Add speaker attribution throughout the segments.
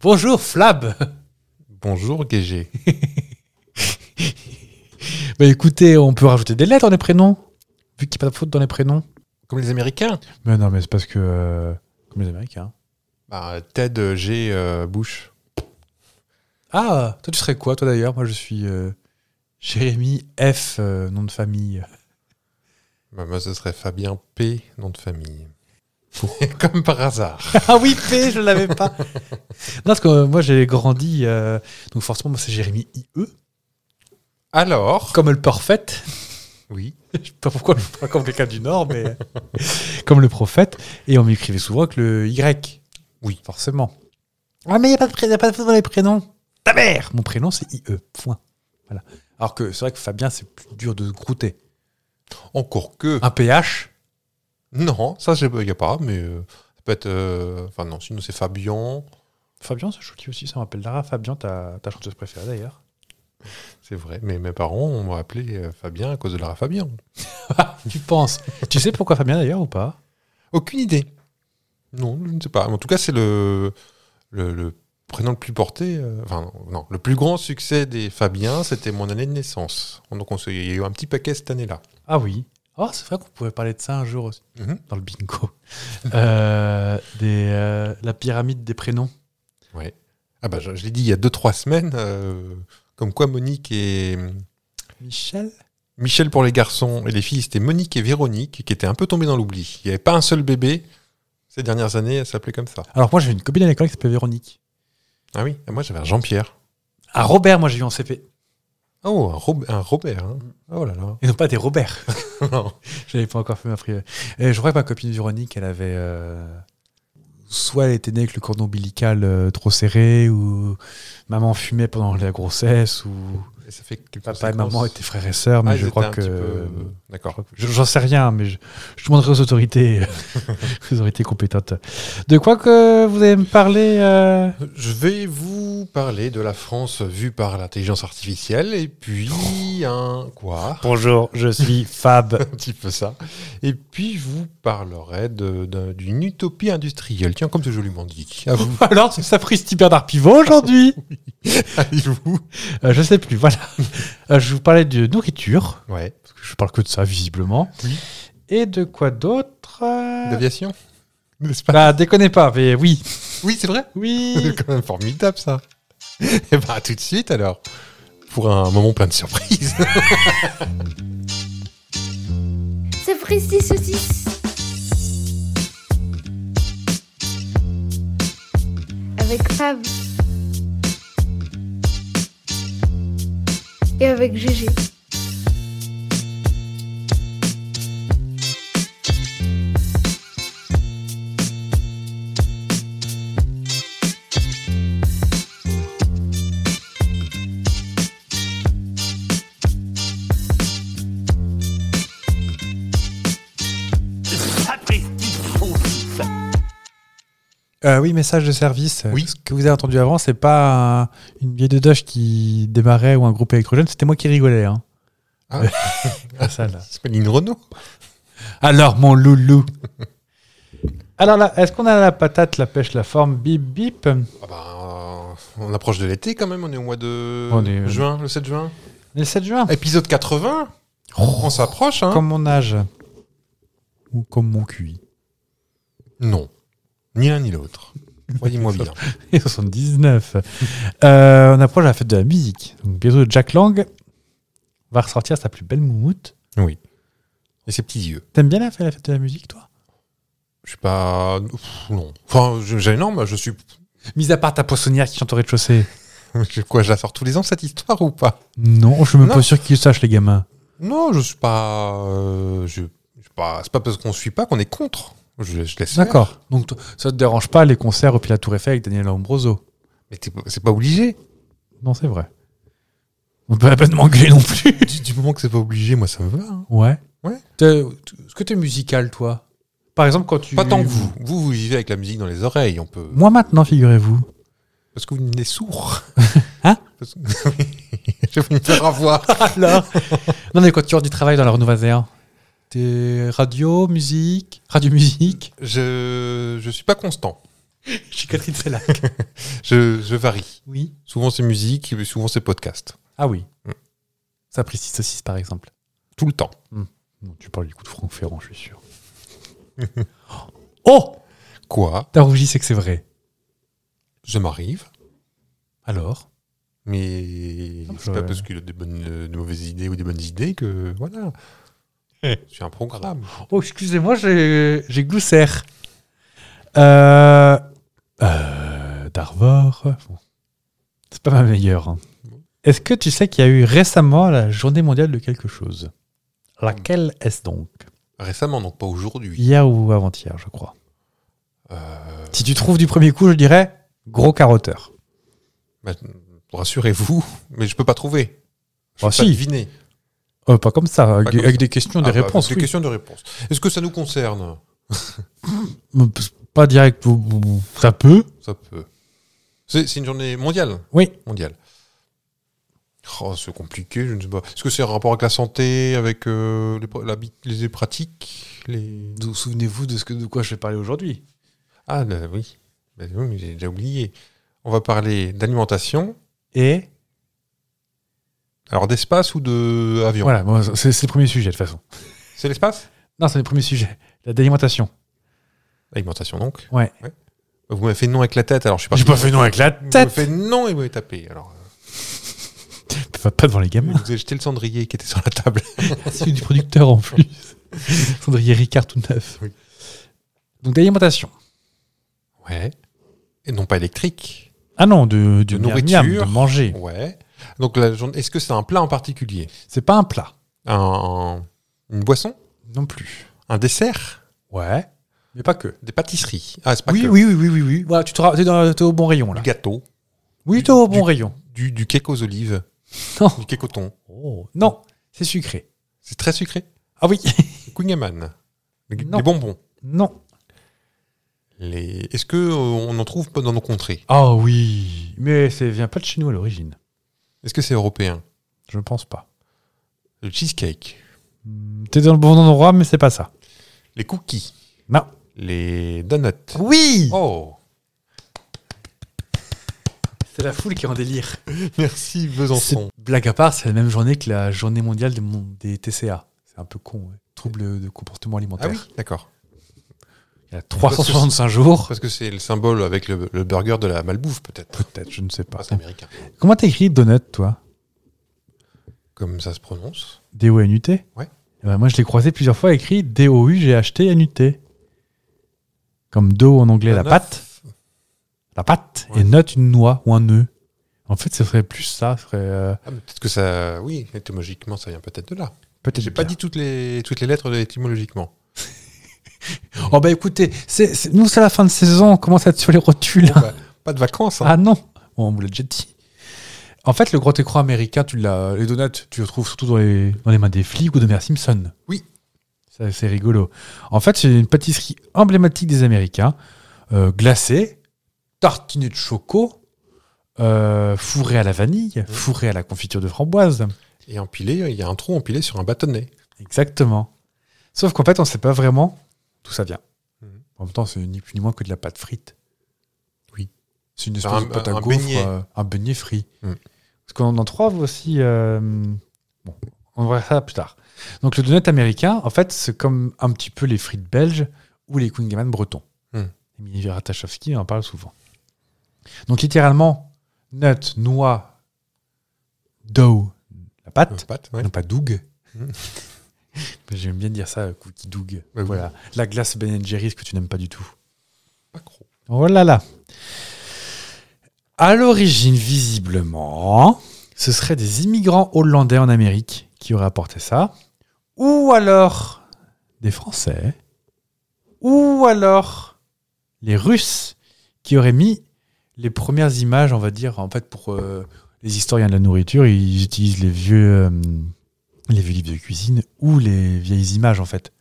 Speaker 1: Bonjour Flab
Speaker 2: Bonjour Gégé.
Speaker 1: Bah écoutez, on peut rajouter des lettres dans les prénoms, vu qu'il n'y a pas de faute dans les prénoms.
Speaker 2: Comme les Américains
Speaker 1: Mais non, mais c'est parce que... euh, comme les Américains.
Speaker 2: bah, Ted euh, G. euh, Bush.
Speaker 1: Ah, toi tu serais quoi toi d'ailleurs Moi je suis euh, Jérémy F, euh, nom de famille.
Speaker 2: Bah, moi, ce serait Fabien P. Nom de famille. Comme par hasard.
Speaker 1: ah oui, P, je l'avais pas. non, parce que euh, moi j'ai grandi, euh, donc forcément moi c'est Jérémy IE,
Speaker 2: Alors
Speaker 1: comme le prophète.
Speaker 2: Oui.
Speaker 1: Je sais pas pourquoi je parle comme quelqu'un du Nord, mais comme le prophète. Et on m'écrivait souvent avec le Y.
Speaker 2: Oui.
Speaker 1: forcément. Ah mais il n'y a pas de pré- y a pas de faute dans les prénoms. Ta mère Mon prénom c'est IE, point. Voilà. Alors que c'est vrai que Fabien c'est plus dur de croûter.
Speaker 2: Encore que.
Speaker 1: Un PH
Speaker 2: Non, ça, il n'y a pas, mais euh, ça peut être. euh, Enfin, non, sinon, c'est Fabien.
Speaker 1: Fabien, c'est joli aussi, ça m'appelle Lara. Fabien, ta, ta chanteuse préférée d'ailleurs.
Speaker 2: C'est vrai. Mais mes parents m'ont appelé euh, Fabien à cause de Lara Fabien.
Speaker 1: Ah, tu penses Tu sais pourquoi Fabien d'ailleurs ou pas
Speaker 2: Aucune idée. Non, je ne sais pas. En tout cas, c'est le, le, le prénom le plus porté. euh, enfin, non, le plus grand succès des Fabiens, c'était mon année de naissance. Donc, on se- il y a eu un petit paquet cette année-là.
Speaker 1: Ah oui. Mm-hmm. Oh, c'est vrai qu'on pouvait parler de ça un jour aussi,
Speaker 2: Mhm.
Speaker 1: dans le bingo. Euh, des, euh, la pyramide des prénoms.
Speaker 2: Ah bah, je, je l'ai dit il y a 2-3 semaines, euh, comme quoi Monique et
Speaker 1: Michel
Speaker 2: Michel pour les garçons et les filles, c'était Monique et Véronique qui étaient un peu tombées dans l'oubli. Il n'y avait pas un seul bébé ces dernières années, elle s'appelait comme ça.
Speaker 1: Alors moi j'ai une copine à l'école qui s'appelle Véronique.
Speaker 2: Ah oui, et moi j'avais un Jean-Pierre.
Speaker 1: Ah Robert, moi j'ai eu en CP.
Speaker 2: Oh, un, Rob- un Robert. hein. Oh là là.
Speaker 1: Et non pas des Robert.
Speaker 2: Non.
Speaker 1: J'avais pas encore fait ma prière. Et je crois que ma copine Véronique, elle avait. euh, Soit elle était née avec le cordon ombilical euh, trop serré, ou maman fumait pendant la grossesse, ou
Speaker 2: Et ça fait que les
Speaker 1: papa et maman
Speaker 2: conséquences-
Speaker 1: étaient frères et sœurs, mais
Speaker 2: Ah, ils
Speaker 1: je crois
Speaker 2: étaient un
Speaker 1: que.
Speaker 2: petit peu-
Speaker 1: je
Speaker 2: D'accord.
Speaker 1: crois que- je- J'en sais rien, mais je, je demanderai aux autorités, euh, aux autorités compétentes. De quoi que vous allez me parler euh,
Speaker 2: Je vais vous parler de la France vue par l'intelligence artificielle et puis un quoi
Speaker 1: Bonjour, je suis Fab.
Speaker 2: Un petit peu ça. Et puis je vous parlerai de- d'un- d'une utopie industrielle. Tiens, comme c'est joliment dit. À vous.
Speaker 1: Euh, Alors, c'est sapristi Bernard Pivot aujourd'hui
Speaker 2: Allez-vous
Speaker 1: Euh, Je sais plus, voilà. Euh, je vous parlais de nourriture.
Speaker 2: Ouais.
Speaker 1: parce que je parle que de ça visiblement.
Speaker 2: Oui.
Speaker 1: Et de quoi d'autre euh,
Speaker 2: D'aviation N'est-ce pas
Speaker 1: Bah déconnez pas, mais oui,
Speaker 2: Oui, c'est vrai.
Speaker 1: oui.
Speaker 2: C'est quand même formidable ça. Et bah à tout de suite alors. Pour un moment plein de surprises.
Speaker 3: Ça frise saucisse. Avec Fab. Et avec Gégé.
Speaker 1: Euh, oui, message de service.
Speaker 2: Oui.
Speaker 1: Ce que vous avez entendu avant, c'est pas un- une vieille de Doche qui démarrait ou un groupe électrogène, c'était moi qui rigolais. Hein.
Speaker 2: Ah.
Speaker 1: Ah, ça, là.
Speaker 2: C'est pas une Renault
Speaker 1: Alors mon loulou. Alors là, est-ce qu'on a la patate, la pêche, la forme, bip bip euh,
Speaker 2: Ah bah, On approche de l'été quand même. On est au mois de
Speaker 1: On est, euh,
Speaker 2: juin, le 7 juin.
Speaker 1: Le 7 juin.
Speaker 2: Épisode 80 On s'approche, hein
Speaker 1: Comme mon âge. Ou comme mon QI.
Speaker 2: Non. Ni l'un ni l'autre. Voyez-moi bien.
Speaker 1: Et 79. Euh, on approche de la fête de la musique. Donc bientôt Jack Lang va ressortir sa plus belle moumoute.
Speaker 2: Et ses petits yeux.
Speaker 1: T'aimes bien la fête, la fête de la musique, toi
Speaker 2: Je suis pas. Ouf, non. Enfin, je- j'ai non, mais je suis.
Speaker 1: Mis à part ta poissonnière qui chante au rez-de-chaussée.
Speaker 2: Je- Quoi, je la sors tous les ans cette histoire ou pas
Speaker 1: Non, je suis même
Speaker 2: Non.
Speaker 1: pas sûr qu'ils le sachent, les gamins.
Speaker 2: Non, je suis pas. euh, je, je suis pas. C'est pas parce qu'on suit pas qu'on est contre. Je, je laisse. faire.
Speaker 1: D'accord. Donc toi, ça te dérange pas les concerts au Pilat Tour Eiffel avec Daniel Ambroso
Speaker 2: Mais t'es pas- c'est pas obligé.
Speaker 1: Non, c'est vrai. On peut pas de m'engueuler non plus.
Speaker 2: du, du moment que c'est pas obligé, moi ça me va. hein.
Speaker 1: Ouais.
Speaker 2: Ouais.
Speaker 1: T'es- t- Est-ce que t'es musical, toi Par exemple, quand tu.
Speaker 2: Pas tant que vous. Vous, vous vivez avec la musique dans les oreilles. On peut.
Speaker 1: Moi maintenant, figurez-vous.
Speaker 2: Parce que vous n'êtes sourd.
Speaker 1: Hein
Speaker 2: Parce que- Je vais me faire avoir.
Speaker 1: Alors Non, mais quand tu as du travail dans la Renouvaséen, t'es radio, musique, radio-musique.
Speaker 2: Je, je suis pas constant.
Speaker 1: Chez Catherine Sellac.
Speaker 2: Je, je varie.
Speaker 1: Oui.
Speaker 2: Souvent c'est musique, et souvent c'est podcast.
Speaker 1: Ah oui.
Speaker 2: Mm.
Speaker 1: Ça précise saucisse, par exemple.
Speaker 2: Tout le temps.
Speaker 1: Non, tu parles du coup de Franck Ferrand, je suis sûr. oh
Speaker 2: Quoi
Speaker 1: T'as rougi, c'est que c'est vrai.
Speaker 2: Je m'arrive,
Speaker 1: Alors
Speaker 2: mais c'est
Speaker 1: je-
Speaker 2: pas parce qu'il a des, bonnes, euh, des mauvaises idées ou des bonnes idées que voilà.
Speaker 1: Eh.
Speaker 2: C'est un programme.
Speaker 1: Oh, excusez-moi, j'ai j'ai glossaire. Euh, euh, Darvor. bon. C'est pas ma meilleure. hein. Est-ce que tu sais qu'il y a eu récemment la journée mondiale de quelque chose Laquelle est-ce donc
Speaker 2: Récemment, donc pas aujourd'hui.
Speaker 1: Hier ou avant-hier, je crois.
Speaker 2: Euh,
Speaker 1: Si tu trouves du premier coup, je dirais gros carotteur.
Speaker 2: bah, Rassurez-vous, mais je peux pas trouver. Je
Speaker 1: Ah,
Speaker 2: peux
Speaker 1: si.
Speaker 2: pas deviner.
Speaker 1: Euh, pas comme ça, avec,
Speaker 2: comme
Speaker 1: avec
Speaker 2: ça.
Speaker 1: des questions,
Speaker 2: Ah,
Speaker 1: des
Speaker 2: bah,
Speaker 1: réponses.
Speaker 2: des
Speaker 1: oui.
Speaker 2: questions de réponse. Est-ce que ça nous concerne
Speaker 1: Pas direct, ça peut.
Speaker 2: Ça peut. C'est c'est une journée mondiale
Speaker 1: Oui.
Speaker 2: Mondiale. Oh, c'est compliqué, je ne sais pas. Est-ce que c'est un rapport avec la santé, avec euh, les, pr- l'habi- les pratiques les...
Speaker 1: Souvenez-vous de, ce que- de quoi je vais parler aujourd'hui.
Speaker 2: Ah, là, oui. Ben oui, mais j'ai déjà oublié. On va parler d'alimentation,
Speaker 1: Et
Speaker 2: alors d'espace ou de avion
Speaker 1: voilà, bon, c'est c'est le premier sujet de toute façon.
Speaker 2: C'est l'espace
Speaker 1: Non, c'est le premier sujet. La d'alimentation.
Speaker 2: L'alimentation, donc. Bah,
Speaker 1: Ouais.
Speaker 2: Vous m'avez fait non avec la tête, alors je suis pas.
Speaker 1: J'ai pas fait non avec la
Speaker 2: Vous m'avez
Speaker 1: tête.
Speaker 2: fait non et vous m'avez tapé. Alors, euh,
Speaker 1: Pas, pas devant les gamins.
Speaker 2: vous avez jeté le cendrier qui était sur la table.
Speaker 1: c'est du producteur en plus. Cendrier Ricard tout neuf.
Speaker 2: Oui.
Speaker 1: Donc d'alimentation.
Speaker 2: Ouais. Et non pas électrique.
Speaker 1: Ah non, de,
Speaker 2: De
Speaker 1: miam,
Speaker 2: nourriture.
Speaker 1: miam, de manger.
Speaker 2: Ouais. Donc, la journée- est-ce que c'est un plat en particulier
Speaker 1: C'est pas un plat
Speaker 2: un, Une boisson
Speaker 1: non plus.
Speaker 2: Un dessert
Speaker 1: Ouais. Mais pas que.
Speaker 2: Des pâtisseries Ah, c'est pas
Speaker 1: oui,
Speaker 2: que.
Speaker 1: oui, oui, oui, oui, oui. Voilà, tu te ra- t'es dans- t'es au bon rayon là.
Speaker 2: Du gâteau,
Speaker 1: Oui, t'es au bon
Speaker 2: du-
Speaker 1: rayon.
Speaker 2: du, du cake aux olives,
Speaker 1: Non.
Speaker 2: du cake au thon. Oh.
Speaker 1: Non, c'est sucré.
Speaker 2: C'est très sucré.
Speaker 1: Ah oui.
Speaker 2: Le Kungaman. Les,
Speaker 1: Non.
Speaker 2: les bonbons.
Speaker 1: non.
Speaker 2: Les... Est-ce que euh, on en trouve pas dans nos contrées
Speaker 1: Ah oui. Mais ça vient pas de chez nous à l'origine.
Speaker 2: Est-ce que c'est européen
Speaker 1: Je ne pense pas.
Speaker 2: Le cheesecake,
Speaker 1: Hmm, T'es dans le bon endroit, mais c'est pas ça.
Speaker 2: les cookies,
Speaker 1: Non.
Speaker 2: les donuts.
Speaker 1: Oui
Speaker 2: Oh,
Speaker 1: C'est la foule qui est en délire.
Speaker 2: merci Besançon.
Speaker 1: Blague à part, c'est la même journée que la journée mondiale des, mon- des TCA. C'est un peu con. ouais. Troubles de comportement alimentaire.
Speaker 2: Ah oui, d'accord.
Speaker 1: Il y a 365 jours.
Speaker 2: Parce que c'est le symbole avec le, le burger de la malbouffe, peut-être.
Speaker 1: Peut-être, je ne sais
Speaker 2: Ah,
Speaker 1: pas.
Speaker 2: c'est américain.
Speaker 1: Comment t'écris donut, toi
Speaker 2: Comme ça se prononce
Speaker 1: D-O-N-U-T
Speaker 2: Ouais.
Speaker 1: Eh ben, moi, je l'ai croisé plusieurs fois écrit D-O-U-G-H-T-N-U-T. Comme do en anglais, la
Speaker 2: Donut.
Speaker 1: pâte. La pâte.
Speaker 2: Ouais.
Speaker 1: Et note, une noix ou un œuf. En fait, ce serait plus ça. ce serait, euh,
Speaker 2: Ah, mais peut-être que ça. Oui, étymologiquement, ça vient peut-être de là.
Speaker 1: Peut-être
Speaker 2: J'ai pas
Speaker 1: bien.
Speaker 2: dit toutes les, toutes les lettres de- étymologiquement.
Speaker 1: Oh, bah écoutez, c'est- c'est- nous, c'est la fin de saison. On commence à être sur les rotules.
Speaker 2: Bon, bah, pas de vacances. hein.
Speaker 1: Ah non, Bon, on vous l'a déjà dit. En fait, le grand écran américain, tu l'as, les donuts, tu les trouves surtout dans les, dans les mains des flics ou de Mère Simpson.
Speaker 2: Oui.
Speaker 1: Ça, C'est rigolo. En fait, c'est une pâtisserie emblématique des Américains, euh, glacée, tartinée de choco, euh, fourrée à la vanille, fourrée à la confiture de framboise.
Speaker 2: Et empilé, il y a un trou empilé sur un bâtonnet.
Speaker 1: Exactement. Sauf qu'en fait, on ne sait pas vraiment d'où ça vient.
Speaker 2: Mhm.
Speaker 1: En même temps, c'est ni plus ni moins que de la pâte frite.
Speaker 2: Oui.
Speaker 1: C'est une
Speaker 2: C'est
Speaker 1: espèce
Speaker 2: un-
Speaker 1: de pâte à
Speaker 2: un
Speaker 1: gaufres,
Speaker 2: beignet.
Speaker 1: euh, un beignet frit.
Speaker 2: Mhm.
Speaker 1: Parce qu'on en trouve aussi. euh, bon, on verra ça plus tard. Donc, le donut américain, en fait, c'est comme un petit peu les frites belges ou les kungaman bretons.
Speaker 2: Mhm.
Speaker 1: Émilie Ratachowski en parle souvent. Donc, littéralement, nut, noix, dough, la pâte.
Speaker 2: Une pâte, ouais.
Speaker 1: Non, pas Doug.
Speaker 2: Mm.
Speaker 1: J'aime bien dire ça, euh, Cookie Doug.
Speaker 2: Ouais,
Speaker 1: voilà. La glace Ben Jerry's que tu n'aimes pas du tout.
Speaker 2: Pas gros.
Speaker 1: Oh là là. À l'origine, visiblement, ce seraient des immigrants hollandais en Amérique qui auraient apporté ça. Ou alors des Français. Ou alors les Russes qui auraient mis les premières images, on va dire, en fait, pour euh, les historiens de la nourriture, ils utilisent les vieux, euh, les vieux livres de cuisine ou les vieilles images, en fait.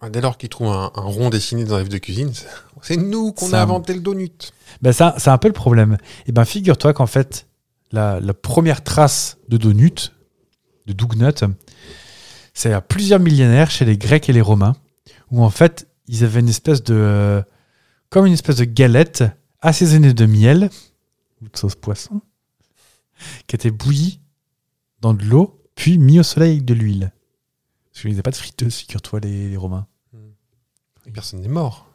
Speaker 2: Ah, Dès lors qu'ils trouvent un, un rond dessiné dans la livre de cuisine, c'est- c'est nous qu'on
Speaker 1: Ça-
Speaker 2: a inventé le donut.
Speaker 1: Ben ça, c'est un peu le problème. Et ben figure-toi qu'en fait, la, la première trace de donut, de dougnut, c'est à plusieurs millénaires chez les Grecs et les Romains, où en fait, ils avaient une espèce de euh, comme une espèce de galette assaisonnée de miel ou de sauce poisson qui était bouillie dans de l'eau, puis mis au soleil avec de l'huile. Parce qu'ils n'avaient pas de friteuse, figure-toi, les, les Romains.
Speaker 2: Personne n'est mort.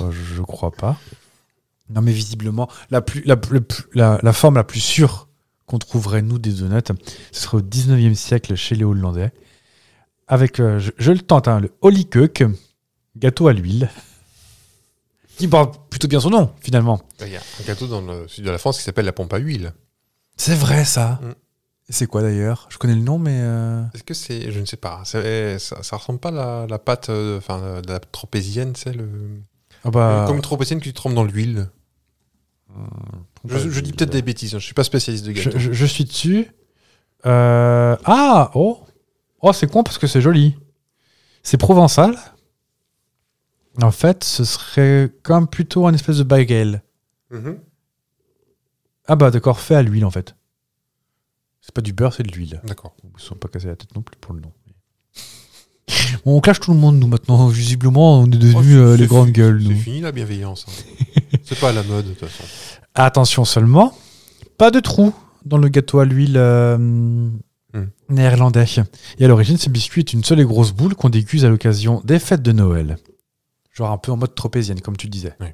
Speaker 1: Bah, je, je crois pas. Non, mais visiblement, la, plus, la, le plus- la- la forme la plus sûre qu'on trouverait, nous, des donuts, ce serait au 19e siècle chez les Hollandais. Avec, euh, je, je le tente, hein, le Oliekeuk, gâteau à l'huile, qui porte plutôt bien son nom, finalement.
Speaker 2: Il y a un gâteau dans le sud de la France qui s'appelle la pompe à huile.
Speaker 1: C'est vrai, ça.
Speaker 2: Mm.
Speaker 1: C'est quoi, d'ailleurs Je connais le nom, mais... euh,
Speaker 2: Est-ce que c'est. Je ne sais pas. C'est- Ça, ça ressemble pas à la, la pâte euh, enfin, euh, de la tropézienne, c'est le.
Speaker 1: ah bah,
Speaker 2: Euh, Comme une tropézienne que tu trempes dans l'huile. Je, je dis peut-être des bêtises, hein, je suis pas spécialiste de
Speaker 1: Euh, Je,
Speaker 2: gâteau.
Speaker 1: je- je suis dessus. Euh, ah, oh. Oh, c'est con parce que c'est joli. C'est provençal. En fait, ce serait comme plutôt un espèce de bagel.
Speaker 2: Mhm.
Speaker 1: Ah bah d'accord, fait à l'huile en fait. C'est pas du beurre, c'est de l'huile.
Speaker 2: D'accord.
Speaker 1: Ils ne sont pas cassés la tête non plus pour le nom. Bon, on clash tout le monde nous maintenant. Visiblement, on est devenus
Speaker 2: Oh,
Speaker 1: euh,
Speaker 2: c'est-
Speaker 1: les
Speaker 2: c'est
Speaker 1: grandes
Speaker 2: fi-
Speaker 1: gueules
Speaker 2: C'est
Speaker 1: nous.
Speaker 2: fini la bienveillance. hein. c'est pas à la mode de toute façon.
Speaker 1: Attention seulement, pas de trou dans le gâteau à l'huile euh, néerlandais. Et à l'origine, ce biscuit est une seule et grosse boule qu'on déguste à l'occasion des fêtes de Noël. Genre un peu en mode tropézienne, comme tu disais.
Speaker 2: Oui.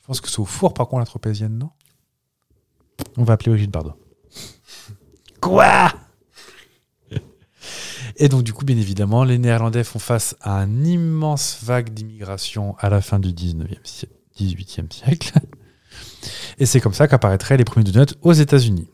Speaker 1: Je pense que c'est au four, par contre, la tropézienne, non On va appeler Brigitte Bardot. Quoi Et donc, du coup, bien évidemment, les Néerlandais font face à un immense vague d'immigration à la fin du 19e siècle, 18e siècle. Et c'est comme ça qu'apparaîtraient les premiers donuts aux États-Unis.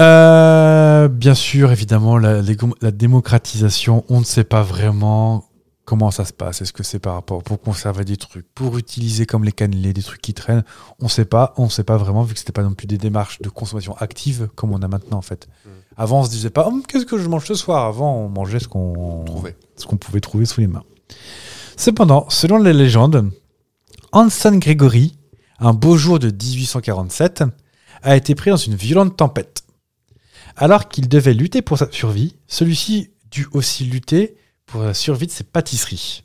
Speaker 1: Euh, bien sûr, évidemment, la, les- la démocratisation, on ne sait pas vraiment comment ça se passe. Est-ce que c'est par rapport pour conserver des trucs, pour utiliser comme les cannelés, des trucs qui traînent On ne sait pas, on ne sait pas vraiment, vu que c'était pas non plus des démarches de consommation active comme on a maintenant en fait.
Speaker 2: Mm.
Speaker 1: Avant, on se disait pas, Oh, qu'est-ce que je mange ce soir Avant, on mangeait ce qu'on
Speaker 2: Trouvé.
Speaker 1: ce qu'on pouvait trouver sous les mains. Cependant, selon les légendes, Hansen Gregory, un beau jour de 1847, a été pris dans une violente tempête. Alors qu'il devait lutter pour sa survie, celui-ci dut aussi lutter pour la survie de ses pâtisseries.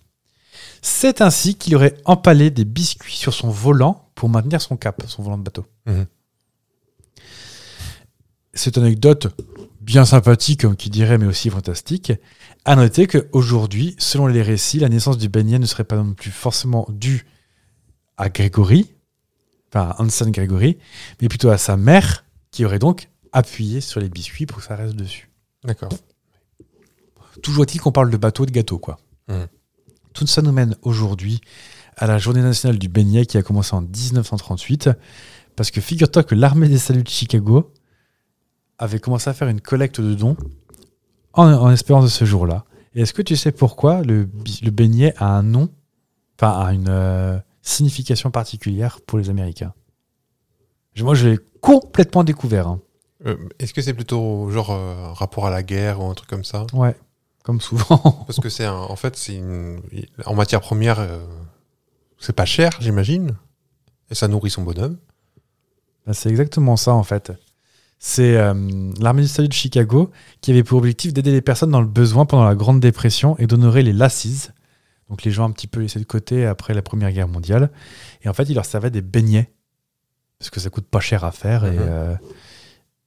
Speaker 1: C'est ainsi qu'il aurait empalé des biscuits sur son volant pour maintenir son cap, son volant de bateau.
Speaker 2: Mhm.
Speaker 1: Cette anecdote bien sympathique, comme qui dirait, mais aussi fantastique, à noter qu'aujourd'hui, selon les récits, la naissance du beignet ne serait pas non plus forcément due à Grégory, enfin à Hansen Grégory, mais plutôt à sa mère, qui aurait donc appuyé sur les biscuits pour que ça reste dessus.
Speaker 2: D'accord.
Speaker 1: Toujours est-il qu'on parle de bateau et de gâteau, quoi.
Speaker 2: Mhm.
Speaker 1: Tout ça nous mène aujourd'hui à la journée nationale du beignet qui a commencé en 1938, parce que figure-toi que l'armée des saluts de Chicago avait commencé à faire une collecte de dons en, en espérance de ce jour-là. Et est-ce que tu sais pourquoi le, bi- le beignet a un nom, enfin a une euh, signification particulière pour les Américains Je- Moi, je l'ai complètement découvert. hein.
Speaker 2: Euh, Est-ce que c'est plutôt genre euh, rapport à la guerre ou un truc comme ça
Speaker 1: Ouais, comme souvent.
Speaker 2: Parce que c'est un- en fait c'est une en matière première euh, c'est pas cher j'imagine et ça nourrit son bonhomme.
Speaker 1: Ben, C'est exactement ça, en fait. C'est euh, l'armée du salut de Chicago qui avait pour objectif d'aider les personnes dans le besoin pendant la Grande Dépression et d'honorer les lassies, donc les gens un petit peu laissés de côté après la Première Guerre mondiale. Et en fait, il leur servait des beignets, parce que ça coûte pas cher à faire et,
Speaker 2: Mhm.
Speaker 1: euh,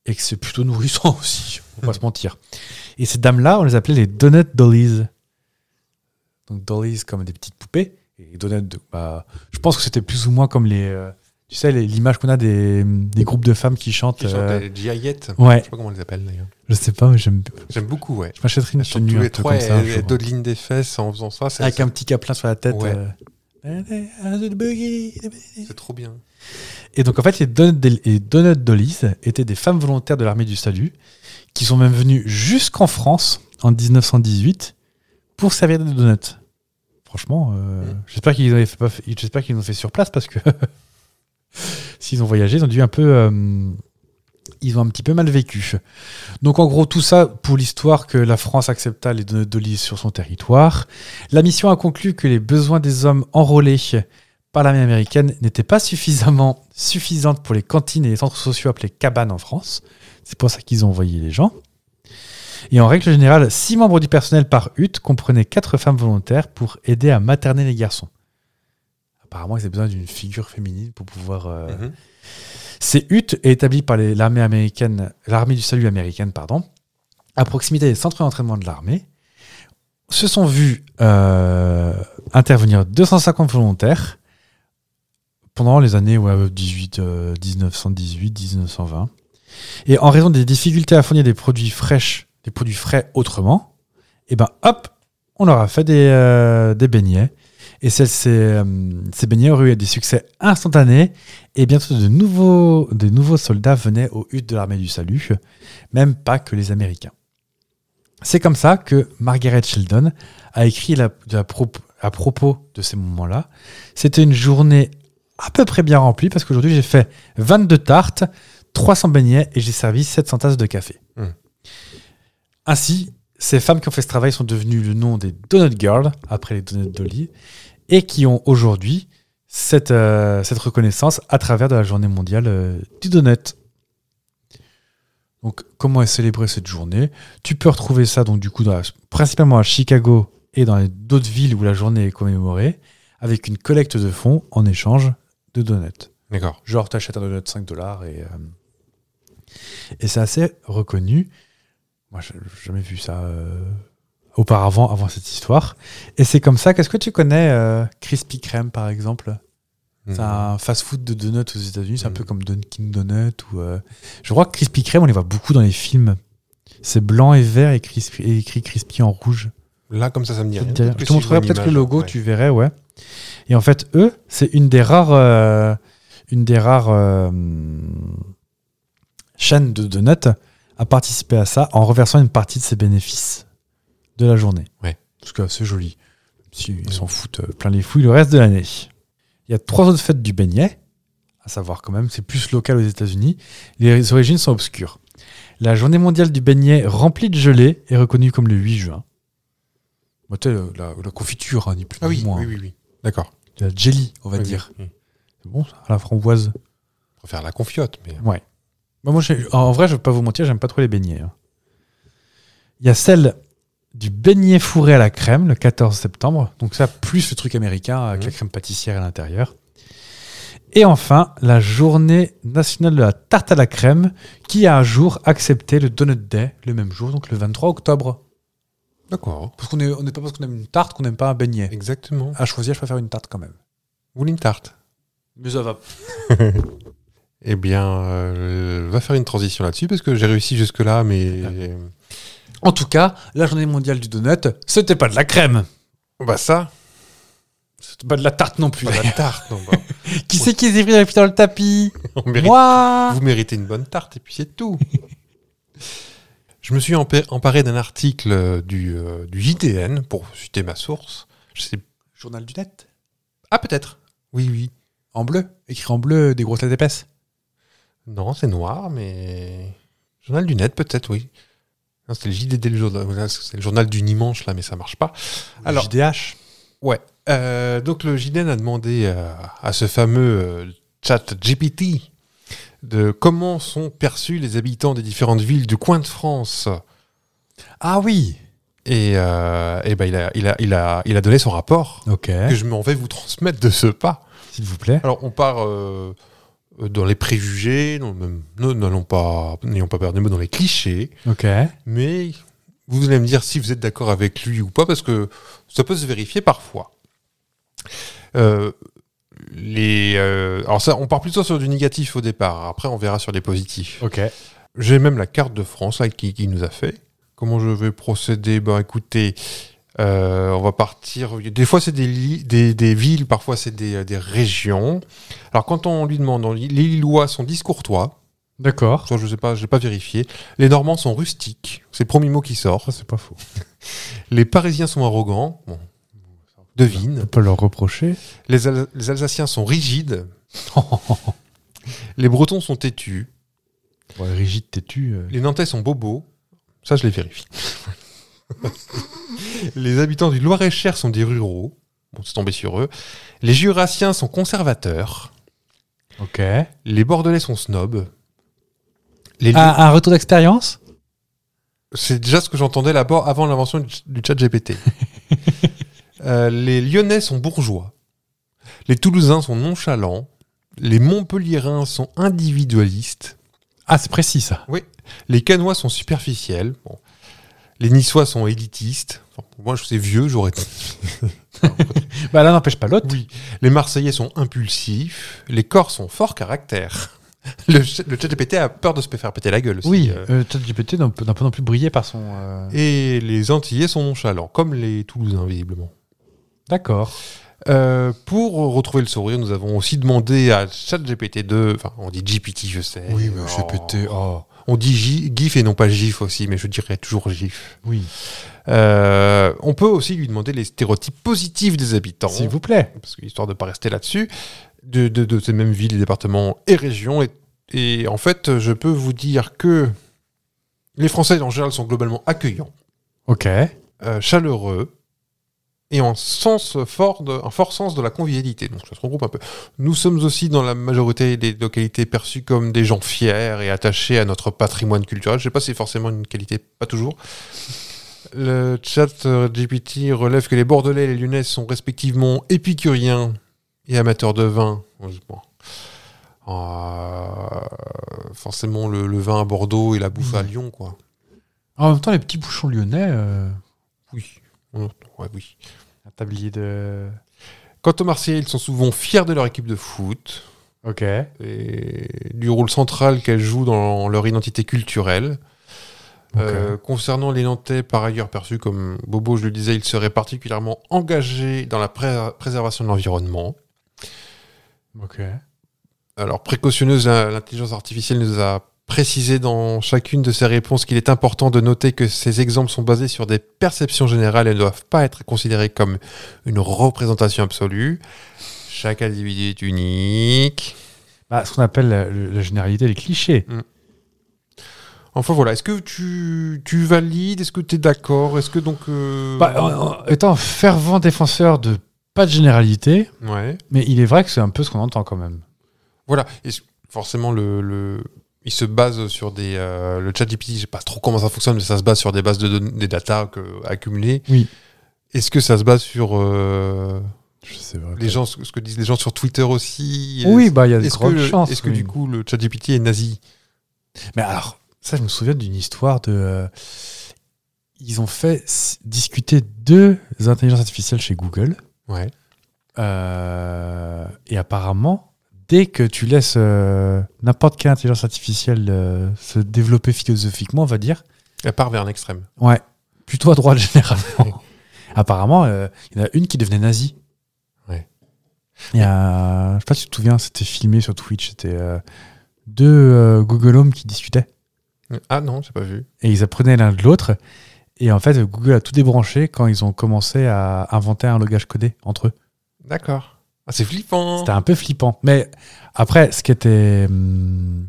Speaker 1: et que c'est plutôt nourrissant aussi, faut pas se mentir. Et ces dames-là, on les appelait les Donut Dollies. Donc Dollies comme des petites poupées, et Donut, de- bah, je pense que c'était plus ou moins comme les... euh, tu sais, les- l'image qu'on a des, des groupes de femmes qui chantent.
Speaker 2: Qui sont
Speaker 1: euh,
Speaker 2: des GIettes.
Speaker 1: ouais,
Speaker 2: Je sais pas comment on les appelle d'ailleurs.
Speaker 1: je sais pas, mais j'aime.
Speaker 2: J'aime beaucoup ouais.
Speaker 1: Je m'achèterais une
Speaker 2: Elles sont
Speaker 1: tenue
Speaker 2: tous
Speaker 1: un
Speaker 2: les
Speaker 1: peu
Speaker 2: trois
Speaker 1: comme
Speaker 2: et
Speaker 1: ça. un
Speaker 2: elles
Speaker 1: jour.
Speaker 2: dodelinent des fesses en faisant ça c'est
Speaker 1: Avec un petit caplin sur la tête.
Speaker 2: Ouais.
Speaker 1: euh, un jeu de buggy.
Speaker 2: c'est trop bien.
Speaker 1: Et donc, en fait, les Donut, les Donut Dollies étaient des femmes volontaires de l'armée du salut qui sont même venues jusqu'en France en 1918 pour servir des donuts. Franchement, euh,
Speaker 2: Mm.
Speaker 1: j'espère qu'ils avaient fait pas fait- j'espère qu'ils l'ont fait sur place parce que s'ils ont voyagé, ils ont dû un peu, euh, ils ont un petit peu mal vécu. Donc, en gros, tout ça pour l'histoire que la France accepta les Donut Dollies sur son territoire. La mission a conclu que les besoins des hommes enrôlés par l'armée américaine n'étaient pas suffisamment suffisantes pour les cantines et les centres sociaux appelés cabanes en France. C'est pour ça qu'ils ont envoyé les gens. Et en règle générale, six membres du personnel par hutte comprenaient quatre femmes volontaires pour aider à materner les garçons. Apparemment, ils avaient besoin d'une figure féminine pour pouvoir. euh,
Speaker 2: Mhm.
Speaker 1: Ces huttes est établie par les- l'armée américaine, l'armée du salut américaine, pardon, à proximité des centres d'entraînement de l'armée. Se sont vus euh, intervenir 250 volontaires pendant les années ouais, 18, euh, 1918, 1920. Et en raison des difficultés à fournir des produits fraîches, des produits frais autrement, et ben hop, on leur a fait des, euh, des beignets. Et celles- ces, euh, ces beignets auraient eu des succès instantanés et bientôt, de nouveaux, de nouveaux soldats venaient aux huttes de l'armée du salut, même pas que les Américains. C'est comme ça que Margaret Sheldon a écrit la- de la prop- à propos de ces moments-là. C'était une journée à peu près bien remplie parce qu'aujourd'hui, j'ai fait 22 tartes, 300 beignets et j'ai servi 700 tasses de café.
Speaker 2: Mmh.
Speaker 1: Ainsi, ces femmes qui ont fait ce travail sont devenues le nom des Donut Girls, après les Donut Dolly, et qui ont aujourd'hui cette, euh, cette reconnaissance à travers de la journée mondiale euh, du donut. Donc, comment est célébrée cette journée Tu peux retrouver ça donc du coup dans la- principalement à Chicago et dans les- d'autres villes où la journée est commémorée, avec une collecte de fonds en échange de donuts.
Speaker 2: D'accord.
Speaker 1: Genre, tu achètes un donut 5 dollars et, euh, et c'est assez reconnu. Moi, j'ai jamais vu ça euh, auparavant, avant cette histoire. Et c'est comme ça. Qu'est-ce que tu connais, euh, Krispy Kreme, par exemple c'est
Speaker 2: Mhm.
Speaker 1: un fast-food de donuts aux États-Unis. C'est un
Speaker 2: Mm.
Speaker 1: peu comme Dunkin' Donut ou. euh, Je crois que Krispy Kreme, on les voit beaucoup dans les films. C'est blanc et vert et, crispy- et écrit crispy en rouge.
Speaker 2: Mhm. Là, comme ça, ça me dit
Speaker 1: Je
Speaker 2: rien.
Speaker 1: te dirais-
Speaker 2: Peut-être que
Speaker 1: je te
Speaker 2: si
Speaker 1: montrerai
Speaker 2: vois une
Speaker 1: peut-être le
Speaker 2: image,
Speaker 1: logo,
Speaker 2: ouais.
Speaker 1: tu verrais, ouais. Et en fait, eux, c'est une des rares, euh, une des rares euh, hum, chaînes de donuts à participer à ça en reversant une partie de ses bénéfices de la journée.
Speaker 2: Ouais.
Speaker 1: Parce que c'est joli. Si, ils
Speaker 2: Ouais.
Speaker 1: s'en foutent euh, plein les fouilles le reste de l'année. Il y a trois autres fêtes du beignet, à savoir quand même, c'est plus local aux États-Unis. Les origines sont obscures. La journée mondiale du beignet remplie de gelée est reconnue comme le 8 juin. Bah, tu sais, la, la confiture, hein, ni plus
Speaker 2: Ah
Speaker 1: ni
Speaker 2: oui,
Speaker 1: moins.
Speaker 2: oui, oui, oui. D'accord.
Speaker 1: De la jelly, on va
Speaker 2: Oui, Mm.
Speaker 1: dire.
Speaker 2: oui.
Speaker 1: C'est bon, ça, à la framboise.
Speaker 2: Je préfère la confiote, mais. euh,
Speaker 1: Bah, moi, j'ai- en- en vrai, je ne vais pas vous mentir, j'aime pas trop les beignets. hein. Il y a celle du beignet fourré à la crème, le 14 septembre. Donc ça, plus le truc américain avec
Speaker 2: Mhm.
Speaker 1: la crème pâtissière à l'intérieur. Et enfin, la journée nationale de la tarte à la crème, qui a un jour accepté le Donut Day, le même jour, donc le 23 octobre.
Speaker 2: D'accord.
Speaker 1: Parce qu'on n'est on n'est pas parce qu'on aime une tarte qu'on n'aime pas un beignet.
Speaker 2: Exactement.
Speaker 1: À choisir, je préfère une tarte quand même.
Speaker 2: Ou une tarte.
Speaker 1: Mais ça va
Speaker 2: Eh bien, euh, va faire une transition là-dessus parce que j'ai réussi jusque-là, mais.
Speaker 1: En tout cas, la journée mondiale du donut, c'était pas de la crème.
Speaker 2: Bah, ça,
Speaker 1: C'était pas de la tarte non plus.
Speaker 2: pas la tarte. non, bah,
Speaker 1: qui c'est qui les pris dans le tapis
Speaker 2: on mérite-
Speaker 1: Moi
Speaker 2: Vous méritez une bonne tarte et puis c'est tout. Je me suis empa- emparé d'un article euh, du, euh, du JDN pour citer ma source. Je sais...
Speaker 1: Journal du net.
Speaker 2: Ah, peut-être. Oui, oui.
Speaker 1: En bleu. Écrit en bleu, des grosses lettres épaisses.
Speaker 2: Non, c'est noir, mais. Journal du net, peut-être, oui. Non, c'était le JDD, le journal, c'est le journal du dimanche, là, mais ça marche pas. Alors,
Speaker 1: JDH.
Speaker 2: Ouais. Euh, donc le JDN a demandé euh, à ce fameux euh, chat GPT de comment sont perçus les habitants des différentes villes du coin de France.
Speaker 1: Ah oui
Speaker 2: Et, euh, eh ben, il, a, il, a, il, a, il a donné son rapport
Speaker 1: Ok.
Speaker 2: que je m'en vais vous transmettre de ce pas.
Speaker 1: S'il vous plaît.
Speaker 2: Alors on part euh, dans les préjugés, non, même- non, n'allons pas, n'ayons pas peur de mots, dans les clichés.
Speaker 1: Ok.
Speaker 2: Mais vous allez me dire si vous êtes d'accord avec lui ou pas, parce que ça peut se vérifier parfois. Euh, les, euh, alors ça, on part plutôt sur du négatif au départ. Après, on verra sur les positifs.
Speaker 1: Ok.
Speaker 2: J'ai même la carte de France là, qui, qui nous a fait. Comment je vais procéder Ben écoutez, euh, on va partir. Des fois, c'est des, li- des, des villes, parfois, c'est des, euh, des régions. Alors, quand on lui demande, on- les Lillois sont discourtois.
Speaker 1: D'accord.
Speaker 2: Ça, je sais pas, j'ai pas vérifié. Les Normands sont rustiques. C'est le premier mot qui sort.
Speaker 1: Ça, c'est pas faux.
Speaker 2: Les Parisiens sont arrogants. Bon, devine.
Speaker 1: peut leur reprocher.
Speaker 2: Les, Al- les Alsaciens sont rigides. Les Bretons sont têtus.
Speaker 1: rigide, têtu. euh.
Speaker 2: Les Nantais sont bobos. Ça, je les vérifie. les habitants du Loir-et-Cher sont des ruraux. Bon, c'est tombé sur eux. Les Jurassiens sont conservateurs.
Speaker 1: Ok.
Speaker 2: Les Bordelais sont snobs. Les Lyonnais-
Speaker 1: Un, un retour d'expérience
Speaker 2: C'est déjà ce que j'entendais là-bas avant l'invention du, ch- du chat GPT. Euh, les Lyonnais sont bourgeois. Les Toulousains sont nonchalants. Les Montpelliérains sont individualistes.
Speaker 1: Ah, c'est précis ça.
Speaker 2: Les Canois sont superficiels. Bon. Les Niçois sont élitistes. Enfin, moi, je sais vieux, j'aurais.
Speaker 1: Bah là, n'empêche pas l'autre.
Speaker 2: Oui. Les Marseillais sont impulsifs. Les Corses sont forts caractère. Le, ch- le ChatGPT a peur de se faire péter la gueule aussi.
Speaker 1: Oui,
Speaker 2: euh.
Speaker 1: euh, ChatGPT n'a pas n'a pas non plus brillé par son. euh,
Speaker 2: Et les Antillais sont nonchalants, comme les Toulousains, visiblement.
Speaker 1: D'accord.
Speaker 2: Euh, pour retrouver le sourire, nous avons aussi demandé à ChatGPT 2, enfin on dit GPT, je sais. Oh. On dit J- GIF et non pas GIF aussi, mais je dirais toujours GIF.
Speaker 1: Oui.
Speaker 2: Euh, on peut aussi lui demander les stéréotypes positifs des habitants,
Speaker 1: S'il vous plaît.
Speaker 2: parce que histoire de pas rester là-dessus, de, de- de ces mêmes villes, départements et régions. Et, et en fait, je peux vous dire que les Français en général sont globalement accueillants,
Speaker 1: Ok.
Speaker 2: euh, chaleureux et en sens fort, de- un fort sens de la convivialité. Donc ça se regroupe un peu. Nous sommes aussi dans la majorité des localités perçues comme des gens fiers et attachés à notre patrimoine culturel. Je sais pas si c'est forcément une qualité, pas toujours. Le chat euh, GPT relève que les Bordelais et les Lyonnais sont respectivement épicuriens et amateurs de vin. Bon, je- bon. Euh, forcément le, le vin à Bordeaux et la bouffe à Lyon, quoi.
Speaker 1: En même temps, les petits bouchons lyonnais. euh,
Speaker 2: Oui. Ouais, oui.
Speaker 1: Un tablier de.
Speaker 2: Quant aux Marseillais, ils sont souvent fiers de leur équipe de foot
Speaker 1: Ok.
Speaker 2: et du rôle central qu'elle joue dans leur identité culturelle. Euh, concernant les Nantais, par ailleurs perçus comme Bobo, je le disais, ils seraient particulièrement engagés dans la pré- préservation de l'environnement.
Speaker 1: Ok.
Speaker 2: Alors, précautionneuse, la- l'intelligence artificielle nous a précisé dans chacune de ses réponses qu'il est important de noter que ces exemples sont basés sur des perceptions générales et ne doivent pas être considérés comme une représentation absolue. Chaque individu est unique.
Speaker 1: Bah, ce qu'on appelle euh, le- la généralité, les clichés.
Speaker 2: Enfin voilà, est-ce que tu, tu valides Est-ce que tu es d'accord Est-ce que donc... euh,
Speaker 1: Bah, en- en- étant fervent défenseur de pas de généralité,
Speaker 2: Ouais.
Speaker 1: mais il est vrai que c'est un peu ce qu'on entend quand même.
Speaker 2: Voilà. Et c- forcément, le, le- il se base sur des. euh, le chat GPT, je sais pas trop comment ça fonctionne, mais ça se base sur des bases de données, des datas que- accumulées.
Speaker 1: Oui.
Speaker 2: Est-ce que ça se base sur euh,
Speaker 1: Je sais pas.
Speaker 2: les gens, ce ce que disent les gens sur Twitter aussi
Speaker 1: Oui,
Speaker 2: Est-ce-
Speaker 1: bah, il y a de
Speaker 2: Est-ce
Speaker 1: grandes
Speaker 2: que,
Speaker 1: chances.
Speaker 2: est-ce que
Speaker 1: oui.
Speaker 2: du coup le chat GPT est nazi
Speaker 1: Mais alors, ça, je me souviens d'une histoire de. euh, ils ont fait s- discuter deux intelligences artificielles chez Google.
Speaker 2: Ouais.
Speaker 1: Euh, et apparemment, dès que tu laisses euh, n'importe quelle intelligence artificielle euh, se développer philosophiquement, on va dire,
Speaker 2: Elle part vers un extrême.
Speaker 1: ouais, plutôt à droite généralement. apparemment, euh, il y en a une qui devenait nazie.
Speaker 2: Ouais.
Speaker 1: Il y a, je sais pas si tu te souviens, c'était filmé sur Twitch, c'était euh, deux euh, Google Home qui discutaient
Speaker 2: Ah non, j'ai pas vu.
Speaker 1: et ils apprenaient l'un de l'autre. Et en fait, Google a tout débranché quand ils ont commencé à inventer un langage codé entre eux.
Speaker 2: D'accord. Ah, c'est flippant.
Speaker 1: C'était un peu flippant. Mais après, ce qui était hum,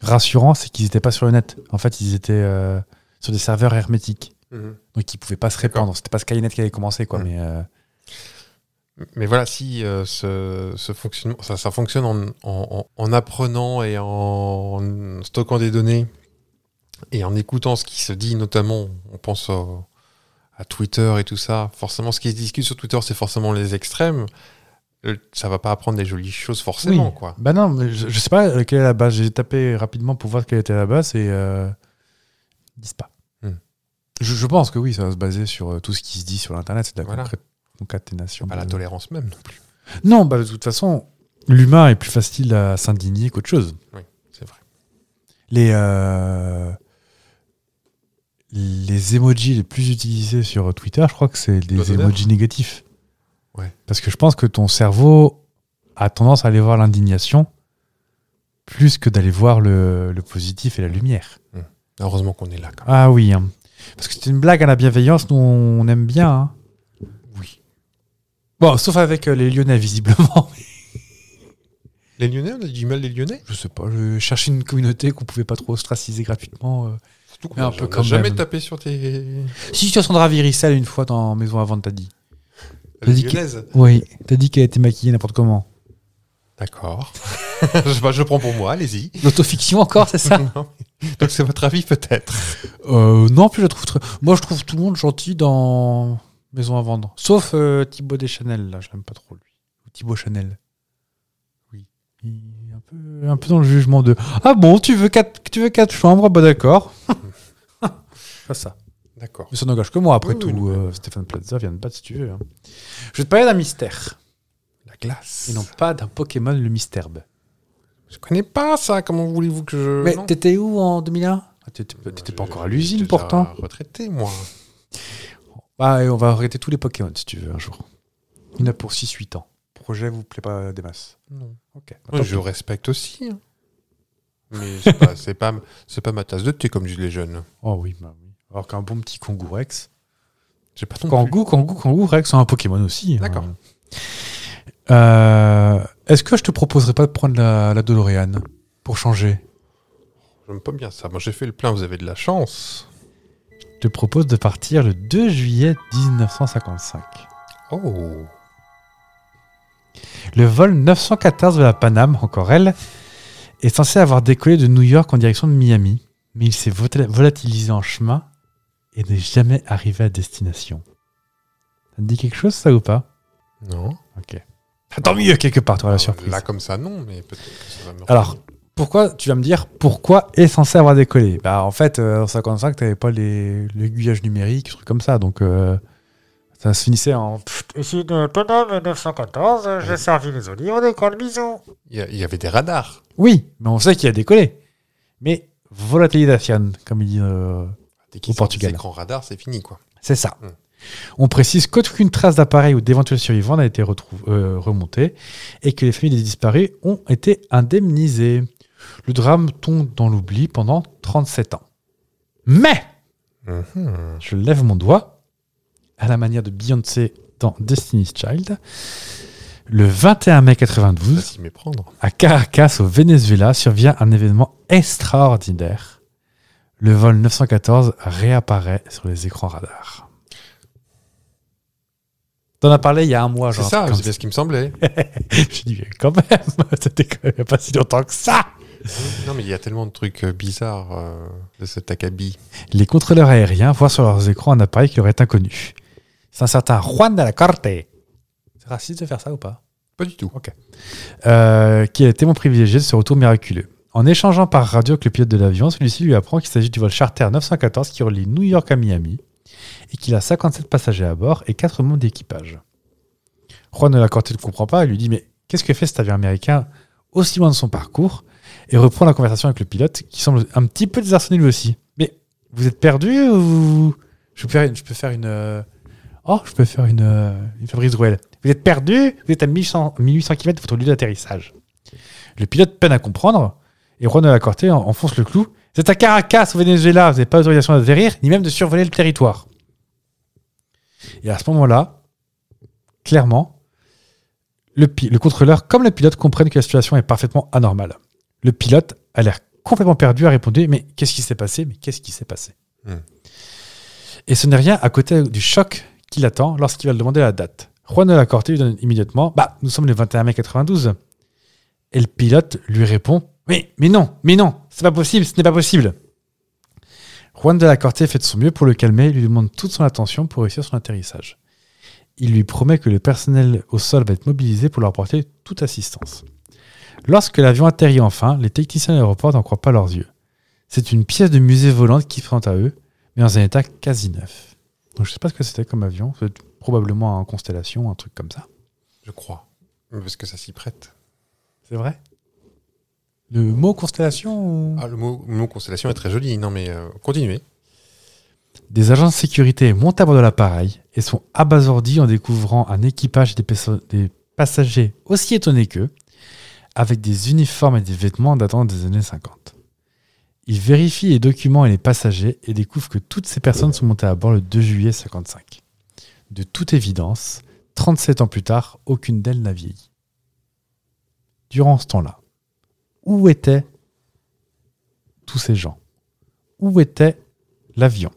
Speaker 1: rassurant, c'est qu'ils n'étaient pas sur le net. En fait, ils étaient euh, sur des serveurs hermétiques.
Speaker 2: Mhm.
Speaker 1: Donc, ils pouvaient pas se répandre. C'était pas Skynet qui avait commencé, quoi.
Speaker 2: Mm.
Speaker 1: Mais euh,
Speaker 2: Mais voilà, si euh, ce, ce fonctionnement, ça, ça fonctionne en, en- en- en apprenant et en stockant des données et en écoutant ce qui se dit, notamment, on pense au- à Twitter et tout ça. Forcément, ce qui se discute sur Twitter, c'est forcément les extrêmes. Euh, Ça va pas apprendre des jolies choses forcément,
Speaker 1: Oui.
Speaker 2: quoi.
Speaker 1: Bah non, mais je, je sais pas euh, quelle est la base. J'ai tapé rapidement pour voir quelle était la base et euh, ils disent pas.
Speaker 2: Hmm.
Speaker 1: Je, je pense que oui, ça va se baser sur euh, tout ce qui se dit sur l'internet, c'est de la
Speaker 2: Voilà.
Speaker 1: concré- concaténation.
Speaker 2: Pas la
Speaker 1: de-
Speaker 2: tolérance même non plus.
Speaker 1: non, bah, de toute façon, l'humain est plus facile à s'indigner qu'autre chose.
Speaker 2: C'est vrai.
Speaker 1: Les euh, les emojis les plus utilisés sur Twitter, je crois que c'est
Speaker 2: Doigt
Speaker 1: des
Speaker 2: d'honneur.
Speaker 1: emojis négatifs.
Speaker 2: Ouais.
Speaker 1: Parce que je pense que ton cerveau a tendance à aller voir l'indignation plus que d'aller voir le, le positif et la lumière.
Speaker 2: Heureusement qu'on est là, quand
Speaker 1: Ah oui, hein. parce que c'est une blague à la bienveillance, nous on aime bien. hein.
Speaker 2: même. Oui.
Speaker 1: Bon, sauf avec euh, les Lyonnais visiblement.
Speaker 2: Les Lyonnais, on a du mal les Lyonnais
Speaker 1: Je sais pas, je cherchais une communauté qu'on pouvait pas trop ostraciser gratuitement. euh.
Speaker 2: Surtout qu'on
Speaker 1: Mais un
Speaker 2: a-
Speaker 1: peu
Speaker 2: on a
Speaker 1: quand
Speaker 2: jamais
Speaker 1: même.
Speaker 2: tapé sur tes.
Speaker 1: Si tu as Sandra Viricel une fois dans Maison Avant, t'as dit.
Speaker 2: Les
Speaker 1: dit que-
Speaker 2: Lyonnaises.
Speaker 1: Oui, t'as dit qu'elle était maquillée n'importe comment.
Speaker 2: D'accord. je, bah, je le prends pour moi, allez-y.
Speaker 1: L'autofiction encore, c'est ça
Speaker 2: Donc c'est votre avis peut-être.
Speaker 1: euh, Non, puis je trouve très- Moi, je trouve tout le monde gentil dans Maison à vendre. Sauf euh, Thibaut Deschanel, là, je l'aime pas trop lui. Ou Thibaut Chanel.
Speaker 2: Oui.
Speaker 1: Il est un peu, un peu dans le jugement de Ah bon, tu veux quatre, tu veux quatre chambres Bah d'accord. ça, ça.
Speaker 2: D'accord.
Speaker 1: Mais ça n'engage que moi, après
Speaker 2: Oui,
Speaker 1: tout.
Speaker 2: oui, non, mais-
Speaker 1: euh, Stéphane Plaza vient de battre si tu veux. hein. Je vais te parler d'un mystère.
Speaker 2: La glace.
Speaker 1: Et non pas d'un Pokémon, le Mystère.
Speaker 2: Je connais pas ça. Comment voulez-vous que je.
Speaker 1: Mais
Speaker 2: Euh, Non.
Speaker 1: t'étais où en 2001 Ah, T'étais t'étais pas
Speaker 2: Je-
Speaker 1: encore à
Speaker 2: j'étais
Speaker 1: l'usine
Speaker 2: déjà
Speaker 1: pourtant.
Speaker 2: Retraité, moi.
Speaker 1: Ah, et on va arrêter tous les Pokémon si tu veux un jour. Il y en a pour 6-8 ans. Projet vous plaît pas des masses.
Speaker 2: Non.
Speaker 1: Ok.
Speaker 2: Ouais, je respecte aussi. hein. Mais c'est pas, c'est pas, c'est pas ma tasse de thé comme disent les jeunes.
Speaker 1: Oh oui, bah oui. Alors qu'un bon petit Kangou Rex.
Speaker 2: J'ai pas ton
Speaker 1: Kangou, Kangou, Kangou Rex, c'est un Pokémon aussi. hein.
Speaker 2: D'accord.
Speaker 1: Euh, Est-ce que je te proposerais pas de prendre la, la DeLorean pour changer
Speaker 2: J'aime pas bien ça. Moi, j'ai fait le plein. Vous avez de la chance.
Speaker 1: Je te propose de partir le 2 juillet 1955.
Speaker 2: Oh.
Speaker 1: Le vol 914 de la Paname, encore elle, est censé avoir décollé de New York en direction de Miami, mais il s'est votel- volatilisé en chemin et n'est jamais arrivé à destination. Ça te dit quelque chose, ça ou pas
Speaker 2: Non.
Speaker 1: Ok. Tant mieux, quelque part, toi, la
Speaker 2: Alors,
Speaker 1: surprise.
Speaker 2: Là, comme ça, non, mais peut-être que ça va me.
Speaker 1: Alors, pourquoi, tu vas me dire, pourquoi est censé avoir décollé Bah, en fait, euh, en 55, t'avais pas les- l'aiguillage numérique, des trucs comme ça, donc euh, ça se finissait en.
Speaker 4: Ici de Tonhomme 914, j'ai servi les olives, on décolle, bisous.
Speaker 2: Il y, a- il y avait des radars.
Speaker 1: Oui, mais on sait qu'il a décollé. Mais volatilisation, comme il dit. euh,
Speaker 2: Dès
Speaker 1: Au
Speaker 2: qu'ils sortent
Speaker 1: Portugal.
Speaker 2: Des écrans radars, c'est fini, quoi.
Speaker 1: C'est ça.
Speaker 2: Mm.
Speaker 1: On précise qu'aucune trace d'appareil ou d'éventuels survivants n'a été retrou- euh, remontée et que les familles des disparus ont été indemnisées. Le drame tombe dans l'oubli pendant 37 ans. Mais,
Speaker 2: Mhm.
Speaker 1: je lève mon doigt, à la manière de Beyoncé dans Destiny's Child, le 21 mai
Speaker 2: Ça
Speaker 1: 92,
Speaker 2: s'y méprendre.
Speaker 1: à Caracas, au Venezuela, survient un événement extraordinaire. Le vol 914 réapparaît sur les écrans radars. T'en as parlé il y a un mois,
Speaker 2: C'est
Speaker 1: genre.
Speaker 2: ça,
Speaker 1: comme
Speaker 2: c'est bien ce qui me semblait.
Speaker 1: J'ai dit, mais quand même, c'était quand même pas si longtemps que ça.
Speaker 2: non, mais il y a tellement de trucs euh, bizarres euh, de cet acabit.
Speaker 1: Les contrôleurs aériens voient sur leurs écrans un appareil qui leur est inconnu. C'est un certain Juan de la Corte. C'est raciste de faire ça ou pas
Speaker 2: Pas du tout.
Speaker 1: euh, qui est le témoin privilégié de ce retour miraculeux. En échangeant par radio avec le pilote de l'avion, celui-ci lui apprend qu'il s'agit du vol charter 914 qui relie New York à Miami et qu'il a 57 passagers à bord et 4 membres d'équipage. Juan de la Corte ne comprend pas et lui dit Mais qu'est-ce que fait cet avion américain aussi loin de son parcours et reprend la conversation avec le pilote qui semble un petit peu désarçonné lui aussi. Mais vous êtes perdu ou. Je peux faire une. Je peux faire une euh, Oh, je peux faire une, euh, une Fabrice Rouel. Vous êtes perdu, vous êtes à 1100 1800 km de votre lieu d'atterrissage. Le pilote peine à comprendre et Juan de la Corte en- enfonce le clou. C'est à Caracas, au Venezuela, vous n'avez pas autorisation d'atterrir, ni même de survoler le territoire. Et à ce moment-là, clairement, le, pi- le contrôleur comme le pilote comprennent que la situation est parfaitement anormale. Le pilote a l'air complètement perdu, a répondu Mais qu'est-ce qui s'est passé Mais qu'est-ce qui s'est passé
Speaker 2: Hmm.
Speaker 1: Et ce n'est rien à côté du choc qui l'attend lorsqu'il va le demander la date. Juan de la Corte lui donne immédiatement Bah, nous sommes le 21 mai 92. Et le pilote lui répond Mais, mais non, mais non, c'est pas possible, ce n'est pas possible. Juan de la Corte fait de son mieux pour le calmer et lui demande toute son attention pour réussir son atterrissage. Il lui promet que le personnel au sol va être mobilisé pour leur apporter toute assistance. Lorsque l'avion atterrit enfin, les techniciens de l'aéroport n'en croient pas leurs yeux. C'est une pièce de musée volante qui se présente à eux, mais dans un état quasi neuf. Donc je sais pas ce que c'était comme avion, c'est probablement un constellation, un truc comme ça.
Speaker 2: Je crois. Mais Parce que ça s'y prête.
Speaker 1: C'est vrai Le mot constellation
Speaker 2: Ah, le mot, le mot constellation est très joli. Non, mais euh, continuez.
Speaker 1: Des agents de sécurité montent à bord de l'appareil et sont abasourdis en découvrant un équipage et des, perso- des passagers aussi étonnés qu'eux, avec des uniformes et des vêtements datant des années 50. Ils vérifient les documents et les passagers et découvrent que toutes ces personnes sont montées à bord le 2 juillet 55. De toute évidence, 37 ans plus tard, aucune d'elles n'a vieilli. Durant ce temps-là, où étaient tous ces gens Où était l'avion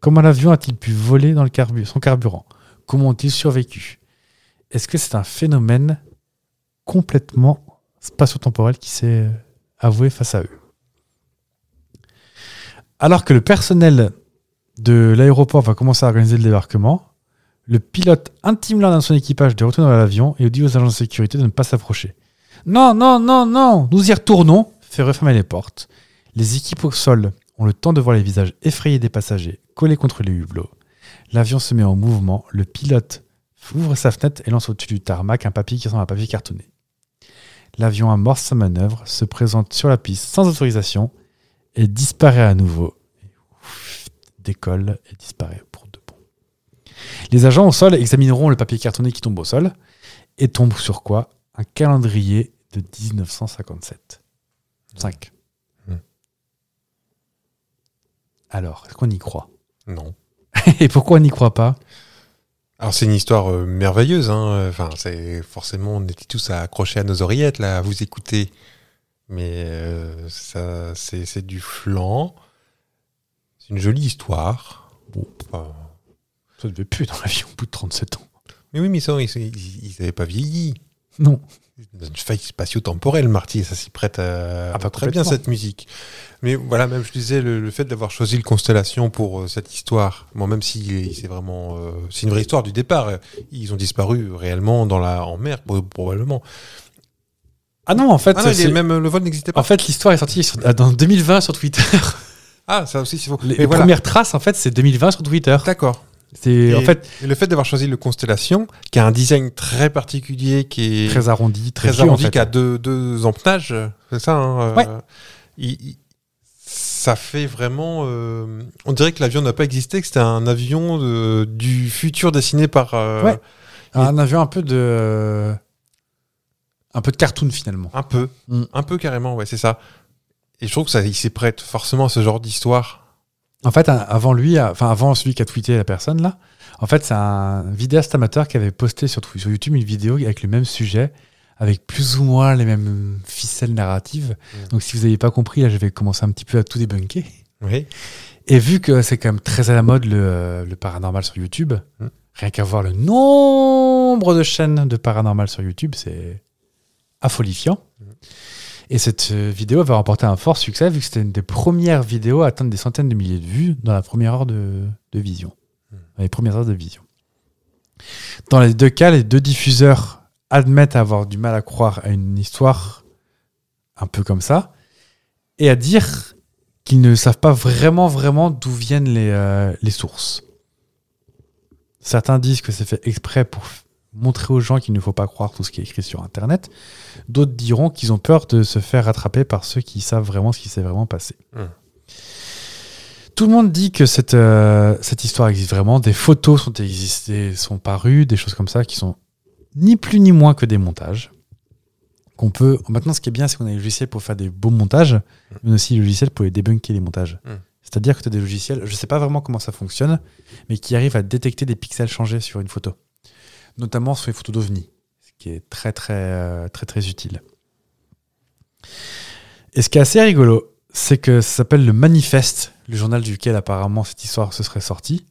Speaker 1: Comment l'avion a-t-il pu voler dans le carbu- son carburant Comment ont-ils survécu Est-ce que c'est un phénomène complètement spatio-temporel qui s'est euh, avoué face à eux Alors que le personnel de l'aéroport va commencer à organiser le débarquement, Le pilote intime l'un de son équipage de retourner dans l'avion et dit aux agents de sécurité de ne pas s'approcher. Non, non, non, non, nous y retournons, fait refermer les portes. Les équipes au sol ont le temps de voir les visages effrayés des passagers collés contre les hublots. L'avion se met en mouvement, le pilote ouvre sa fenêtre et lance au-dessus du tarmac un papier qui ressemble à un papier cartonné. L'avion amorce sa manœuvre, se présente sur la piste sans autorisation et disparaît à nouveau. Et ouf, décolle et disparaît pour de bon. Les agents au sol examineront le papier cartonné qui tombe au sol et tombe sur quoi Un calendrier de 1957. 5.
Speaker 2: Mmh.
Speaker 1: Alors, est-ce qu'on y croit
Speaker 2: Non.
Speaker 1: Et pourquoi on n'y croit pas
Speaker 2: Alors c'est une histoire euh, merveilleuse. hein. Enfin, c'est forcément on était tous accrochés à nos oreillettes là, à vous écouter. Mais euh, ça, c'est c'est du flan. C'est une jolie histoire.
Speaker 1: Bon.
Speaker 2: Enfin,
Speaker 1: Ça ne devait plus dans l'avion au bout de 37 ans.
Speaker 2: Mais oui, mais ça, ils n'avaient pas vieilli.
Speaker 1: Non.
Speaker 2: Dans une faille spatio-temporelle, Marty, ça s'y prête à,
Speaker 1: Ah bah,
Speaker 2: très bien
Speaker 1: complètement.
Speaker 2: cette musique. Mais voilà, même je disais, le, le fait d'avoir choisi le Constellation pour euh, cette histoire, bon, même si il- c'est vraiment, euh, c'est une vraie histoire du départ, euh, ils ont disparu réellement dans la, en mer, pro- probablement.
Speaker 1: Ah non, en fait,
Speaker 2: Ah non, il est-
Speaker 1: c'est-
Speaker 2: même euh, le vol n'existait
Speaker 1: en
Speaker 2: pas.
Speaker 1: fait l'histoire est sortie sur- ah, dans 2020 sur Twitter.
Speaker 2: Ah, ça aussi, c'est faux.
Speaker 1: Les,
Speaker 2: Mais
Speaker 1: les
Speaker 2: voilà.
Speaker 1: premières traces, en fait, c'est 2020 sur Twitter.
Speaker 2: D'accord.
Speaker 1: C'est en
Speaker 2: Et-
Speaker 1: fait
Speaker 2: et le fait d'avoir choisi le Constellation, qui a un design très particulier, qui est
Speaker 1: très arrondi, très,
Speaker 2: très
Speaker 1: vieux, en
Speaker 2: arrondi
Speaker 1: fait.
Speaker 2: qui a deux, deux empennages, c'est ça hein, euh,
Speaker 1: Ouais.
Speaker 2: il- il- Ça fait vraiment. euh, on dirait que l'avion n'a pas existé, que c'était un avion de- du futur dessiné par. euh,
Speaker 1: Ouais. Un avion un peu de. Un peu de cartoon finalement.
Speaker 2: Un peu.
Speaker 1: Mm.
Speaker 2: Un peu carrément, ouais, c'est ça. Et je trouve que ça, il s'y prête forcément à ce genre d'histoire.
Speaker 1: En fait, un- avant lui, euh, enfin avant celui qui a tweeté la personne là, en fait, c'est un vidéaste amateur qui avait posté sur, Twi- sur YouTube une vidéo avec le même sujet, avec plus ou moins les mêmes ficelles narratives.
Speaker 2: Mm.
Speaker 1: Donc, si vous n'avez pas compris, là, je vais commencer un petit peu à tout débunker.
Speaker 2: Oui.
Speaker 1: Et vu que c'est quand même très à la mode le, euh, le paranormal sur YouTube,
Speaker 2: Hmm.
Speaker 1: rien qu'à voir le nombre de chaînes de paranormal sur YouTube, c'est affolifiant. Et cette euh, vidéo va remporter un fort succès vu que c'était une des premières vidéos à atteindre des centaines de milliers de vues dans la première heure de, de vision.
Speaker 2: Hmm.
Speaker 1: Dans les premières heures de vision. Dans les deux cas, les deux diffuseurs admettent avoir du mal à croire à une histoire un peu comme ça et à dire qu'ils ne savent pas vraiment, vraiment d'où viennent les, euh, les sources. Certains disent que c'est fait exprès pour f- montrer aux gens qu'il ne faut pas croire tout ce qui est écrit sur Internet. D'autres diront qu'ils ont peur de se faire rattraper par ceux qui savent vraiment ce qui s'est vraiment passé.
Speaker 2: Hmm.
Speaker 1: Tout le monde dit que cette, euh, cette histoire existe vraiment. Des photos sont existées, sont parues, des choses comme ça qui sont ni plus ni moins que des montages. Qu'on peut. Maintenant, ce qui est bien, c'est qu'on a des logiciels pour faire des beaux montages, mais aussi des logiciels pour les débunker les montages.
Speaker 2: Hmm.
Speaker 1: C'est-à-dire que tu as des logiciels, je sais pas vraiment comment ça fonctionne, mais qui arrivent à détecter des pixels changés sur une photo. Notamment sur les photos d'OVNI, ce qui est très très euh, très très utile. Et ce qui est assez rigolo, c'est que ça s'appelle le Manifeste, le journal duquel apparemment cette histoire se serait sortie.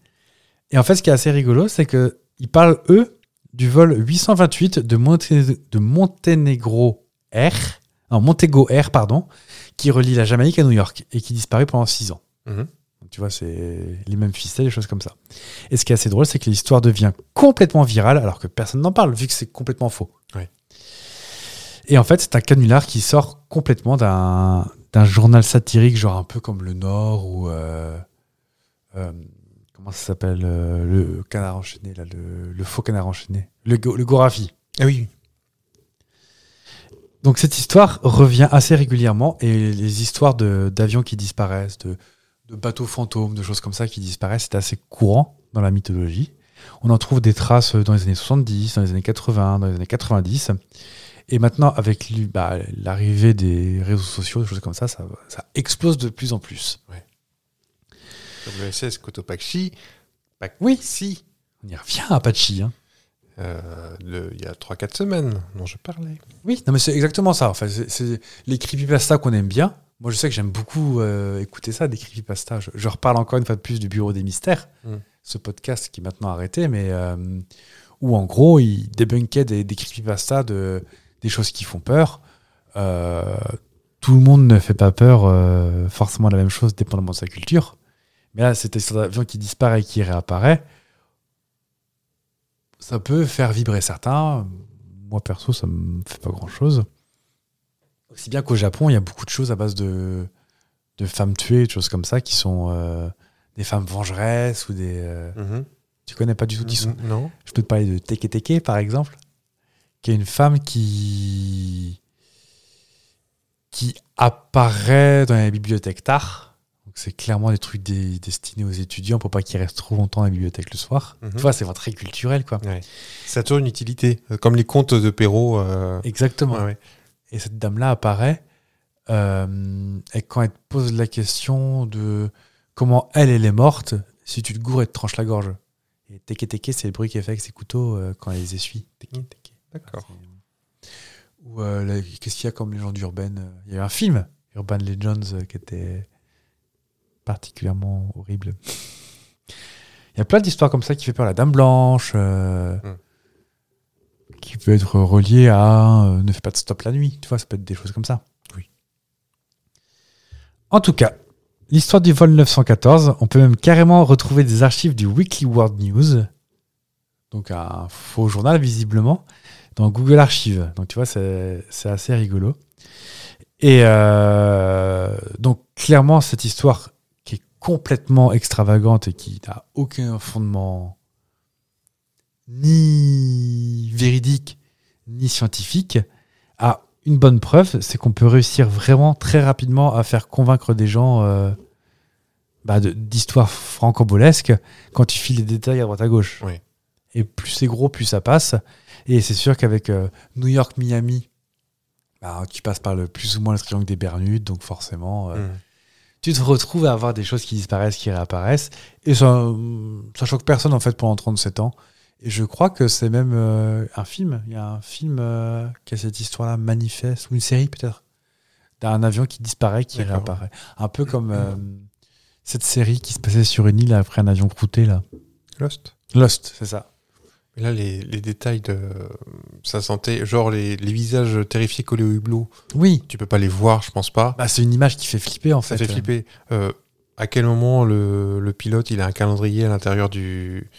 Speaker 1: Et en fait, ce qui est assez rigolo, c'est que ils parlent, eux, du vol 828 de, Monté- de Monténégro Air, non, Montego Air, pardon, qui relie la Jamaïque à New York et qui disparaît pendant 6 ans.
Speaker 2: Mhm.
Speaker 1: Donc, Tu vois, c'est les mêmes ficelles, des choses comme ça. Et ce qui est assez drôle, c'est que l'histoire devient complètement virale alors que personne n'en parle, vu que c'est complètement faux.
Speaker 2: Ouais.
Speaker 1: Et en fait, c'est un canular qui sort complètement d'un d'un journal satirique, genre un peu comme Le Nord ou. euh, euh, comment ça s'appelle euh, Le canard enchaîné, là, le, le faux canard enchaîné. Le, go- le Gorafi.
Speaker 2: Ah oui.
Speaker 1: Donc cette histoire revient assez régulièrement et les histoires de- d'avions qui disparaissent, de, de bateaux fantômes, de choses comme ça qui disparaissent, c'est assez courant dans la mythologie. On en trouve des traces dans les années 70, dans les années 80, dans les années 90. Et maintenant, avec lui- bah, l'arrivée des réseaux sociaux, des choses comme ça, ça, ça explose de plus en plus.
Speaker 2: WSS Cotopaxi.
Speaker 1: Oui.
Speaker 2: Si.
Speaker 1: On y revient, Apache. hein.
Speaker 2: Euh, le- Il y a 3-4 semaines dont je parlais.
Speaker 1: Oui, non, mais c'est exactement ça. Enfin, c'est- c'est les creepypasta qu'on aime bien. Moi, je sais que j'aime beaucoup euh, écouter ça, des creepypasta. Je, je reparle encore une fois de plus du Bureau des Mystères,
Speaker 2: Mm.
Speaker 1: ce podcast qui est maintenant arrêté, mais euh, où en gros, il débunkait des, des creepypasta, de, des choses qui font peur. Euh, tout le monde ne fait pas peur euh, forcément la même chose, dépendamment de sa culture. Mais là, c'était cet avion qui disparaît et qui réapparaît. ça peut faire vibrer certains. Moi, perso, ça me fait pas grand-chose. Aussi bien qu'au Japon, il y a beaucoup de choses à base de, de femmes tuées, de choses comme ça, qui sont euh, des femmes vengeresses ou des... euh,
Speaker 2: Mhm.
Speaker 1: tu connais pas du tout qui sont...
Speaker 2: Mhm. Non.
Speaker 1: Je peux te parler de Teke Teke, par exemple, qui est une femme qui qui apparaît dans les bibliothèques tard. Donc c'est clairement des trucs des- destinés aux étudiants pour pas qu'ils restent trop longtemps à la bibliothèque le soir.
Speaker 2: Mhm.
Speaker 1: Tu vois, c'est vraiment très culturel, quoi.
Speaker 2: Ça a toujours une utilité, euh, comme les contes de Perrault. euh,
Speaker 1: Exactement.
Speaker 2: ouais, ouais.
Speaker 1: Et cette dame-là apparaît. euh, et quand elle te pose la question de comment elle, elle est morte, si tu te gourres, elle te tranche la gorge. Et Teke Teke, c'est le bruit qu'elle fait avec ses couteaux euh, quand elle les essuie. Teke Teke. Ah,
Speaker 2: D'accord.
Speaker 1: Ou euh, la- qu'est-ce qu'il y a comme légende urbaine euh? Il y a eu un film, Urban Legends, euh, qui était particulièrement horrible. Il y a plein d'histoires comme ça qui fait peur. La Dame Blanche, euh, qui peut être reliée à euh, ne fais pas de stop la nuit. Tu vois, ça peut être des choses comme ça. Oui. En tout cas, l'histoire du vol 914, on peut même carrément retrouver des archives du Weekly World News, donc un faux journal visiblement dans Google Archive. Donc tu vois, c'est c'est assez rigolo. Et euh, donc clairement, cette histoire qui est complètement extravagante et qui n'a aucun fondement ni véridique ni scientifique, a une bonne preuve, c'est qu'on peut réussir vraiment très rapidement à faire convaincre des gens euh, bah, de- d'histoires franco-bolesques quand tu files les détails à droite à gauche.
Speaker 2: Oui.
Speaker 1: Et plus c'est gros, plus ça passe. Et c'est sûr qu'avec euh, New York, Miami, bah, tu passes par le plus ou moins le triangle des Bermudes, donc forcément, euh,
Speaker 2: Mhm.
Speaker 1: tu te retrouves à avoir des choses qui disparaissent, qui réapparaissent. Et ça, euh, ça choque personne en fait pendant 37 ans. Et je crois que c'est même euh, un film. Il y a un film euh, qui a cette histoire-là manifeste, ou une série peut-être, d'un avion qui disparaît, qui
Speaker 2: D'accord.
Speaker 1: réapparaît. Un peu comme euh, cette série qui se passait sur une île après un avion croûté, là.
Speaker 2: Lost.
Speaker 1: Lost, c'est ça.
Speaker 2: Mais Là, les, les détails de euh, sa santé, genre les, les visages terrifiés collés au hublot,
Speaker 1: Oui.
Speaker 2: tu peux pas les voir, je pense pas.
Speaker 1: Bah, c'est une image qui fait flipper en
Speaker 2: Ça
Speaker 1: fait.
Speaker 2: fait flipper. Euh, à quel moment le, le pilote, il a un calendrier à l'intérieur du...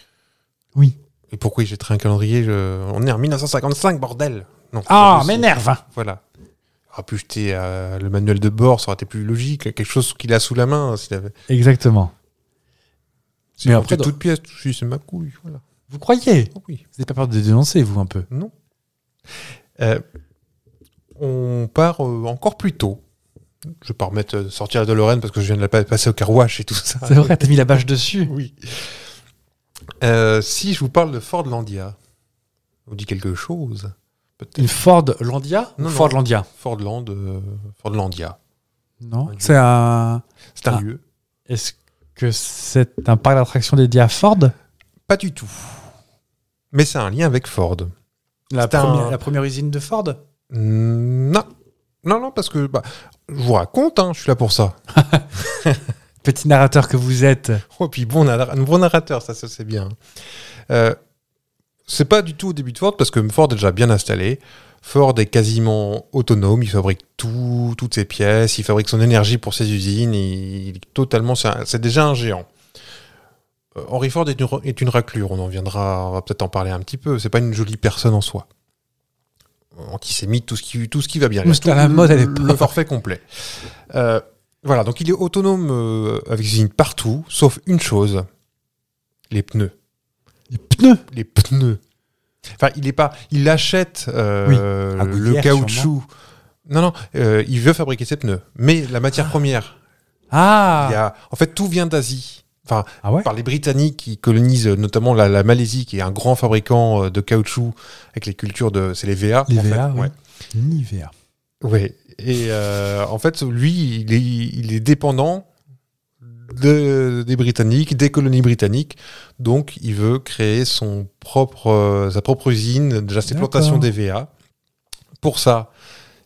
Speaker 1: Oui.
Speaker 2: Et pourquoi j'ai jeterait un calendrier je- On est en 1955, bordel Non, c'est pas
Speaker 1: Ah,
Speaker 2: possible.
Speaker 1: m'énerve hein.
Speaker 2: Voilà. Ah, pu jeter euh, le manuel de bord, ça aurait été plus logique. Quelque chose qu'il a sous la main. S'il avait...
Speaker 1: Exactement.
Speaker 2: C'est
Speaker 1: Mais
Speaker 2: une
Speaker 1: après, dans-
Speaker 2: toute pièce, si, c'est ma couille. Voilà.
Speaker 1: Vous croyez
Speaker 2: Oh oui.
Speaker 1: Vous n'avez pas peur de dénoncer, vous, un peu
Speaker 2: Euh, on part euh, encore plus tôt. Je vais pas remettre euh, sortir de Lorraine parce que je viens de la pa- passer au carouache et tout ça.
Speaker 1: C'est vrai, t'as mis la bâche dessus.
Speaker 2: Oui. Euh, si je vous parle de Ford Landia, vous dit quelque chose Peut-être.
Speaker 1: Une Ford Landia
Speaker 2: Non,
Speaker 1: Ou
Speaker 2: non.
Speaker 1: Ford Landia
Speaker 2: Fordland, euh, Fordlandia.
Speaker 1: Non.
Speaker 2: Oui.
Speaker 1: C'est un.
Speaker 2: C'est un
Speaker 1: Ah.
Speaker 2: lieu
Speaker 1: Est-ce que c'est un parc d'attraction dédié à Ford
Speaker 2: Pas du tout. Mais c'est un lien avec Ford.
Speaker 1: la
Speaker 2: C'est un-
Speaker 1: première, la première usine de Ford
Speaker 2: Mm, Non. Non, non, parce que bah, je vous raconte, hein, je suis là pour ça.
Speaker 1: Petit narrateur que vous êtes.
Speaker 2: Oh, puis bon, narra- bon narrateur, ça, ça c'est bien. Euh, c'est pas du tout au début de Ford, parce que Ford est déjà bien installé. Ford est quasiment autonome, il fabrique tout, toutes ses pièces, il fabrique son énergie pour ses usines, il, il est totalement, c'est un- c'est déjà un géant. Euh, Henry Ford est une, ra- est une raclure, on en viendra, on va peut-être en parler un petit peu, c'est pas une jolie personne en soi. Euh, Antisémite, tout ce qui, tout ce qui va bien.
Speaker 1: Oui, c'était à la
Speaker 2: Le-
Speaker 1: mode à l'époque.
Speaker 2: Le forfait complet. Euh, voilà, donc il est autonome euh, avec ses usines partout, sauf une chose les pneus.
Speaker 1: Les pneus
Speaker 2: Les pneus. Enfin, il est pas. Il achète euh,
Speaker 1: Oui, à
Speaker 2: le
Speaker 1: Goodyear,
Speaker 2: caoutchouc. Non, non, euh, il veut fabriquer ses pneus. Mais la matière première, il y
Speaker 1: Ah
Speaker 2: a- en fait, tout vient d'Asie. Enfin,
Speaker 1: Ah ouais
Speaker 2: par les Britanniques qui colonisent euh, notamment la, la Malaisie, qui est un grand fabricant euh, de caoutchouc avec les cultures de. C'est les VA.
Speaker 1: Les
Speaker 2: en fait,
Speaker 1: VA, oui.
Speaker 2: ouais.
Speaker 1: L'hiver.
Speaker 2: Ouais. Et euh, en fait, lui, il est, il est dépendant de- des Britanniques, des colonies britanniques. Donc, il veut créer son propre, euh, sa propre usine, déjà ses
Speaker 1: D'accord.
Speaker 2: plantations d'EVA. Pour ça,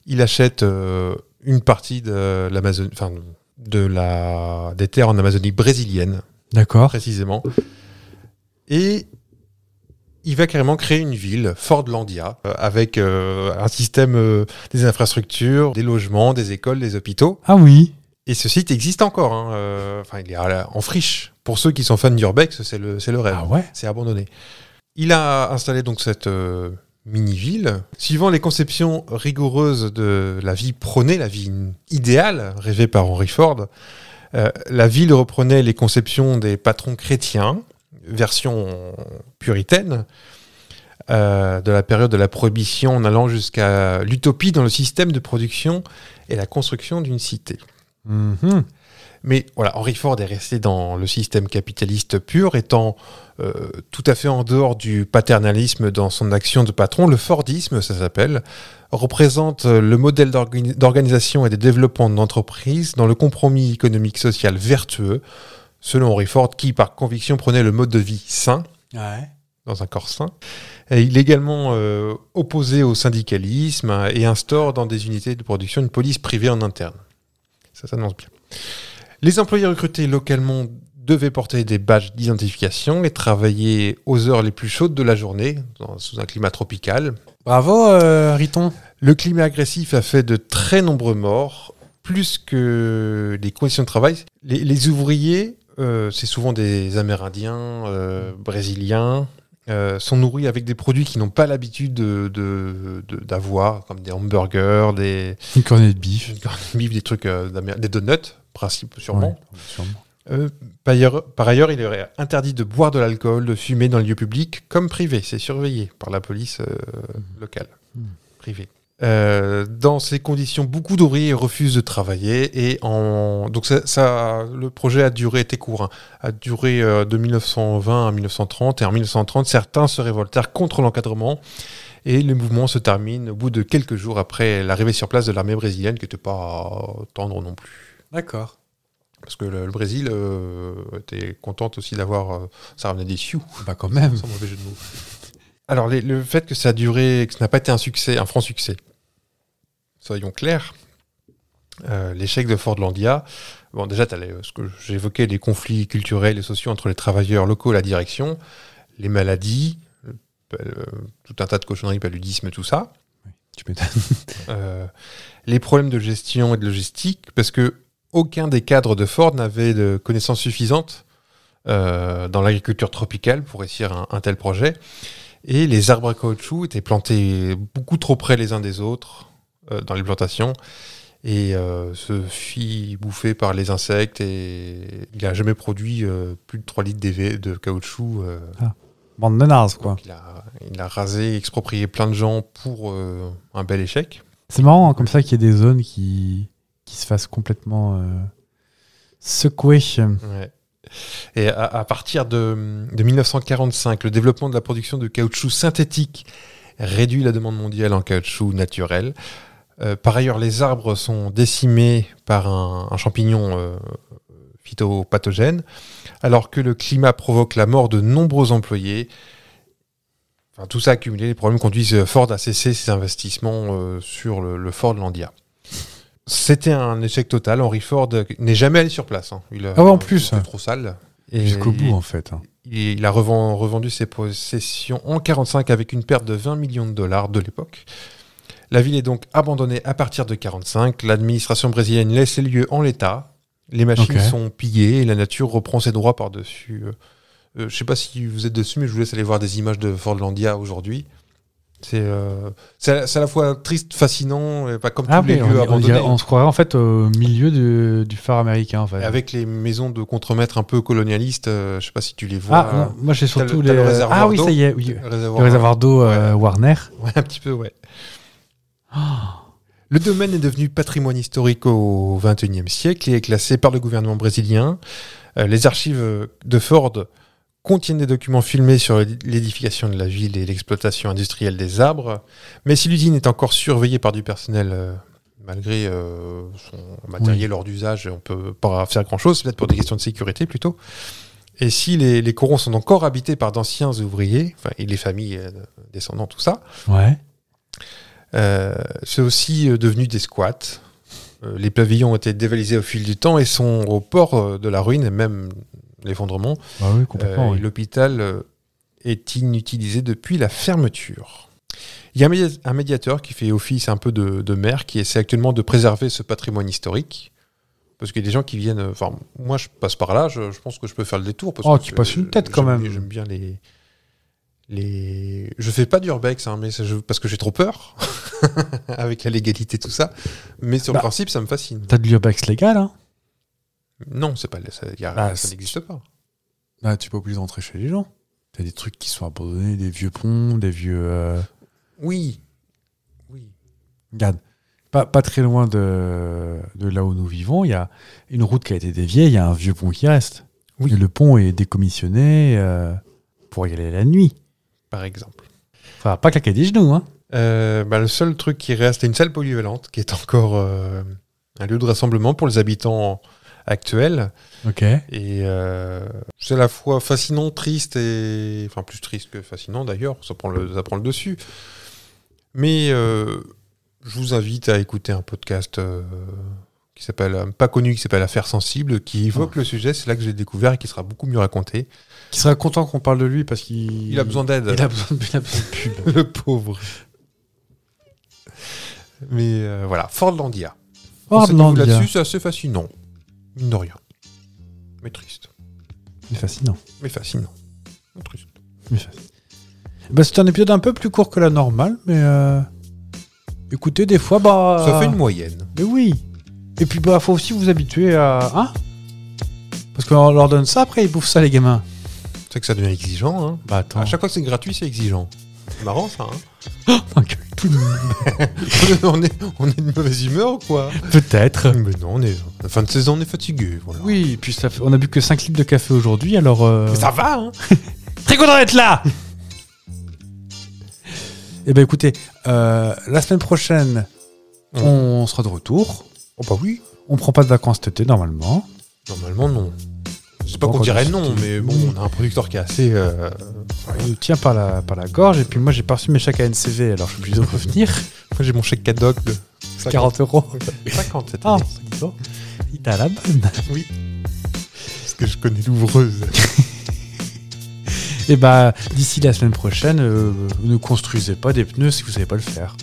Speaker 2: il achète euh, une partie de l'Amazonie, enfin, de la, des terres en Amazonie brésilienne
Speaker 1: D'accord.
Speaker 2: précisément. Et il va carrément créer une ville, Fordlandia, euh, avec euh, un système euh, des infrastructures, des logements, des écoles, des hôpitaux.
Speaker 1: Ah oui
Speaker 2: Et ce site existe encore. hein, euh, Enfin, il est à la- en friche. Pour ceux qui sont fans d'Urbex, c'est le, c'est le rêve.
Speaker 1: Ah ouais
Speaker 2: C'est abandonné. Il a installé donc cette euh, mini-ville. Suivant les conceptions rigoureuses de la vie prônée, la vie idéale rêvée par Henry Ford, euh, la ville reprenait les conceptions des patrons chrétiens, version puritaine, euh, de la période de la prohibition en allant jusqu'à l'utopie dans le système de production et la construction d'une cité.
Speaker 1: Mhm.
Speaker 2: Mais voilà, Henry Ford est resté dans le système capitaliste pur, étant euh, tout à fait en dehors du paternalisme dans son action de patron. Le Fordisme, ça s'appelle, représente euh, le modèle d'organi- d'organisation et de développement de l'entreprise dans le compromis économique social vertueux, selon Henry Ford, qui par conviction prenait le mode de vie sain, dans un corps sain. Et il est également euh, opposé au syndicalisme hein, et instaure dans des unités de production une police privée en interne. Ça s'annonce bien. Les employés recrutés localement devaient porter des badges d'identification et travailler aux heures les plus chaudes de la journée, dans- sous un climat tropical.
Speaker 1: Bravo, euh, Riton.
Speaker 2: Le climat agressif a fait de très nombreux morts, plus que les conditions de travail. Les, les ouvriers, euh, c'est souvent des Amérindiens, euh, Brésiliens, euh, sont nourris avec des produits qu'ils n'ont pas l'habitude de- de- de- d'avoir, comme des hamburgers, des,
Speaker 1: Une cornée de bif.
Speaker 2: des trucs, euh, d'Améri- des donuts, principe sûrement.
Speaker 1: Ouais, sûrement.
Speaker 2: Euh, par, ailleurs, par ailleurs, il est interdit de boire de l'alcool, de fumer dans les lieux publics comme privés. C'est surveillé par la police euh, locale,
Speaker 1: Mhm.
Speaker 2: privée. Euh, dans ces conditions, beaucoup d'ouvriers refusent de travailler et en... donc ça, ça- le projet a duré était court, hein, a duré euh, de 1920 à 1930 et en 1930 certains se révoltèrent contre l'encadrement et le mouvement se termine au bout de quelques jours après l'arrivée sur place de l'armée brésilienne qui n'était pas tendre non plus
Speaker 1: D'accord.
Speaker 2: parce que le, le Brésil euh, était contente aussi d'avoir. euh, ça ramenait des sioux,
Speaker 1: Bah, quand même.
Speaker 2: sans mauvais jeu de mots. Alors, les- le fait que ça a duré, que ça n'a pas été un succès, un franc succès, soyons clairs, euh, l'échec de Fordlandia, bon, déjà, t'as les- ce que j'évoquais, les conflits culturels et sociaux entre les travailleurs locaux et la direction, les maladies, le- euh, tout un tas de cochonneries, paludisme, tout ça.
Speaker 1: Tu m'étonnes.
Speaker 2: Euh, les problèmes de gestion et de logistique, parce que aucun des cadres de Ford n'avait de connaissances suffisantes euh, dans l'agriculture tropicale pour réussir un, un tel projet. Et les arbres à caoutchouc étaient plantés beaucoup trop près les uns des autres euh, dans les plantations et euh, se fit bouffer par les insectes. Et il n'a jamais produit euh, plus de 3 litres d'EV de caoutchouc. euh,
Speaker 1: Bande de nazes, quoi.
Speaker 2: donc il, a, il a rasé, exproprié plein de gens pour euh, un bel échec.
Speaker 1: C'est marrant, hein, comme ça, qu'il y ait des zones qui, qui se fassent complètement euh, secouer.
Speaker 2: Ouais. Et à, à partir de, de 1945, le développement de la production de caoutchouc synthétique réduit la demande mondiale en caoutchouc naturel. Euh, par ailleurs, les arbres sont décimés par un, un champignon euh, phytopathogène, alors que le climat provoque la mort de nombreux employés. Enfin, tout ça accumulé, les problèmes conduisent Ford à cesser ses investissements euh, sur le, le Ford Landia. C'était un échec total. Henry Ford n'est jamais allé sur place. hein. Il a-
Speaker 1: Ah ouais, en plus.
Speaker 2: il était trop sale. Et
Speaker 1: Jusqu'au
Speaker 2: il-
Speaker 1: bout, en fait. hein.
Speaker 2: il il a reven- revendu ses possessions en 45 avec une perte de 20 millions de dollars de l'époque. La ville est donc abandonnée à partir de 45. L'administration brésilienne laisse les lieux en l'état. Les machines
Speaker 1: Ok.
Speaker 2: sont pillées et la nature reprend ses droits par-dessus. Euh, euh, je sais pas si vous êtes dessus, mais je vous laisse aller voir des images de Fordlandia aujourd'hui. C'est euh, c'est à, c'est à la fois triste, fascinant, et pas comme
Speaker 1: Ah,
Speaker 2: tous les
Speaker 1: mais on,
Speaker 2: lieux
Speaker 1: on
Speaker 2: abandonnés.
Speaker 1: dirait- on se croirait en fait au milieu du, du phare américain. En fait.
Speaker 2: Et Avec les maisons de contremaître un peu colonialistes, euh, je sais pas si tu les vois. euh,
Speaker 1: ah, non, moi j'ai surtout
Speaker 2: le- t'as
Speaker 1: les.
Speaker 2: le réservoir
Speaker 1: ah oui,
Speaker 2: d'eau.
Speaker 1: ça y est, oui.
Speaker 2: Le
Speaker 1: Le réservoir d'eau euh, Warner.
Speaker 2: Ouais, un petit peu, ouais. Le domaine est devenu patrimoine historique au XXIe siècle et est classé par le gouvernement brésilien. Euh, les archives euh, de Ford contiennent des documents filmés sur l'édification de la ville et l'exploitation industrielle des arbres. Mais si l'usine est encore surveillée par du personnel, euh, malgré euh, son matériel hors d'usage, on peut pas faire grand-chose, peut-être pour des questions de sécurité plutôt. Et si les, les corons sont encore habités par d'anciens ouvriers, enfin, et les familles euh, descendants, tout ça,
Speaker 1: Ouais.
Speaker 2: euh, c'est aussi euh, devenu des squats. Euh, Les pavillons ont été dévalisés au fil du temps et sont au port euh, de la ruine et même l'effondrement.
Speaker 1: Bah oui,
Speaker 2: Euh,
Speaker 1: complètement.
Speaker 2: et
Speaker 1: oui.
Speaker 2: L'hôpital euh, est inutilisé depuis la fermeture. Il y a un média- un médiateur qui fait office un peu de, de maire qui essaie actuellement de préserver ce patrimoine historique. Parce qu'il y a des gens qui viennent. euh, Enfin, moi, je passe par là, je, je pense que je peux faire le détour. Parce
Speaker 1: Oh,
Speaker 2: que
Speaker 1: tu passes une tête
Speaker 2: je-
Speaker 1: quand
Speaker 2: j'aime-
Speaker 1: même.
Speaker 2: J'aime bien les, les... Je fais pas d'urbex, hein, mais ça, je- parce que j'ai trop peur avec la légalité tout ça. Mais sur
Speaker 1: Bah.
Speaker 2: le principe, ça me fascine.
Speaker 1: T'as de l'urbex légal, hein
Speaker 2: Non, c'est pas ça, y a-
Speaker 1: Bah,
Speaker 2: ça
Speaker 1: c'est-
Speaker 2: n'existe pas.
Speaker 1: Bah, tu peux plus rentrer chez les gens. T'as des trucs qui sont abandonnés, des vieux ponts, des vieux. euh,
Speaker 2: Oui, oui.
Speaker 1: Regarde, pas, pas très loin de, de là où nous vivons, il y a une route qui a été déviée, il y a un vieux pont qui reste.
Speaker 2: Oui.
Speaker 1: Et le pont est décommissionné euh, pour y aller la nuit.
Speaker 2: Par exemple.
Speaker 1: Enfin, pas claquer des genoux, hein.
Speaker 2: Euh, bah, le seul truc qui reste est une salle polyvalente qui est encore euh, un lieu de rassemblement pour les habitants actuels.
Speaker 1: Ok.
Speaker 2: Et euh, c'est à la fois fascinant, triste et. Enfin, plus triste que fascinant d'ailleurs, ça, prend le- ça prend le dessus. Mais euh, je vous invite à écouter un podcast euh, qui s'appelle, euh, pas connu, qui s'appelle Affaires sensibles, qui
Speaker 1: Oh.
Speaker 2: évoque le sujet. C'est là que j'ai découvert et qui sera beaucoup mieux raconté.
Speaker 1: Qui sera content qu'on parle de lui parce qu'il.
Speaker 2: Il a besoin d'aide,
Speaker 1: Il a besoin de, il a besoin de pub.
Speaker 2: le pauvre. Mais euh, voilà, Ford Landia.
Speaker 1: Oh,
Speaker 2: Renseignez-vous
Speaker 1: Landia.
Speaker 2: là-dessus, c'est assez fascinant. Mine de rien. Mais triste.
Speaker 1: C'est fascinant.
Speaker 2: Mais fascinant. Mais triste.
Speaker 1: Bah, c'est un épisode un peu plus court que la normale, mais. euh, Écoutez, des fois, bah.
Speaker 2: Ça fait une moyenne.
Speaker 1: Mais oui. Et puis bah faut aussi vous habituer à hein Parce qu'on leur donne ça après ils bouffent ça les gamins.
Speaker 2: C'est que ça devient exigeant. Hein.
Speaker 1: Bah attends.
Speaker 2: À chaque fois que c'est gratuit, c'est exigeant. C'est marrant ça. Hein. on, est, on est de mauvaise humeur ou quoi
Speaker 1: Peut-être.
Speaker 2: Mais non, on est. la fin de saison, on est fatigué. Voilà.
Speaker 1: Oui, et puis ça fait- on a bu que 5 litres de café aujourd'hui, alors... euh,
Speaker 2: Mais ça va, hein
Speaker 1: Très content d'être là Eh ben écoutez, euh, la semaine prochaine,
Speaker 2: Ouais.
Speaker 1: on sera de retour.
Speaker 2: Oh bah oui.
Speaker 1: On prend pas de vacances cet été normalement.
Speaker 2: Normalement, non. Je sais pas
Speaker 1: Bon,
Speaker 2: qu'on
Speaker 1: quand
Speaker 2: dirait
Speaker 1: on-
Speaker 2: non, mais bon,
Speaker 1: Oui.
Speaker 2: on a un producteur qui est assez. euh,
Speaker 1: Il nous tient par la, par la gorge, et puis moi j'ai pas reçu mes chèques à NCV, alors je suis obligé de revenir.
Speaker 2: Moi, j'ai mon chèque cadoc de
Speaker 1: 40 euros.
Speaker 2: 50 cette
Speaker 1: Ah,
Speaker 2: année.
Speaker 1: dis donc, il t'a la bonne.
Speaker 2: Oui. Parce que je connais l'ouvreuse.
Speaker 1: Et bah, d'ici la semaine prochaine, euh, ne construisez pas des pneus si vous savez pas le faire.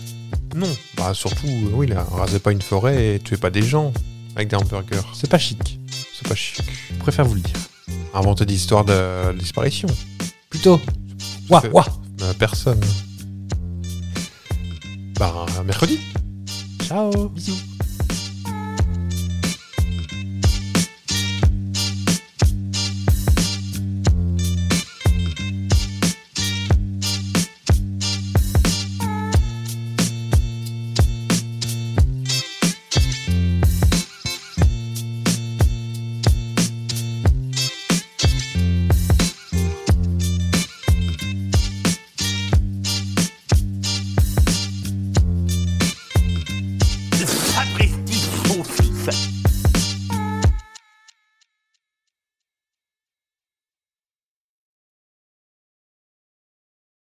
Speaker 2: Non. Bah surtout, euh, oui, là, rasez pas une forêt et tuez pas des gens avec des hamburgers.
Speaker 1: C'est pas chic.
Speaker 2: C'est pas chic.
Speaker 1: Je préfère vous le dire.
Speaker 2: Inventer des histoires de, de disparition.
Speaker 1: Plutôt. Ouah,
Speaker 2: Fais-
Speaker 1: ouah.
Speaker 2: Euh, personne. Bah, à mercredi.
Speaker 1: Ciao. Bisous.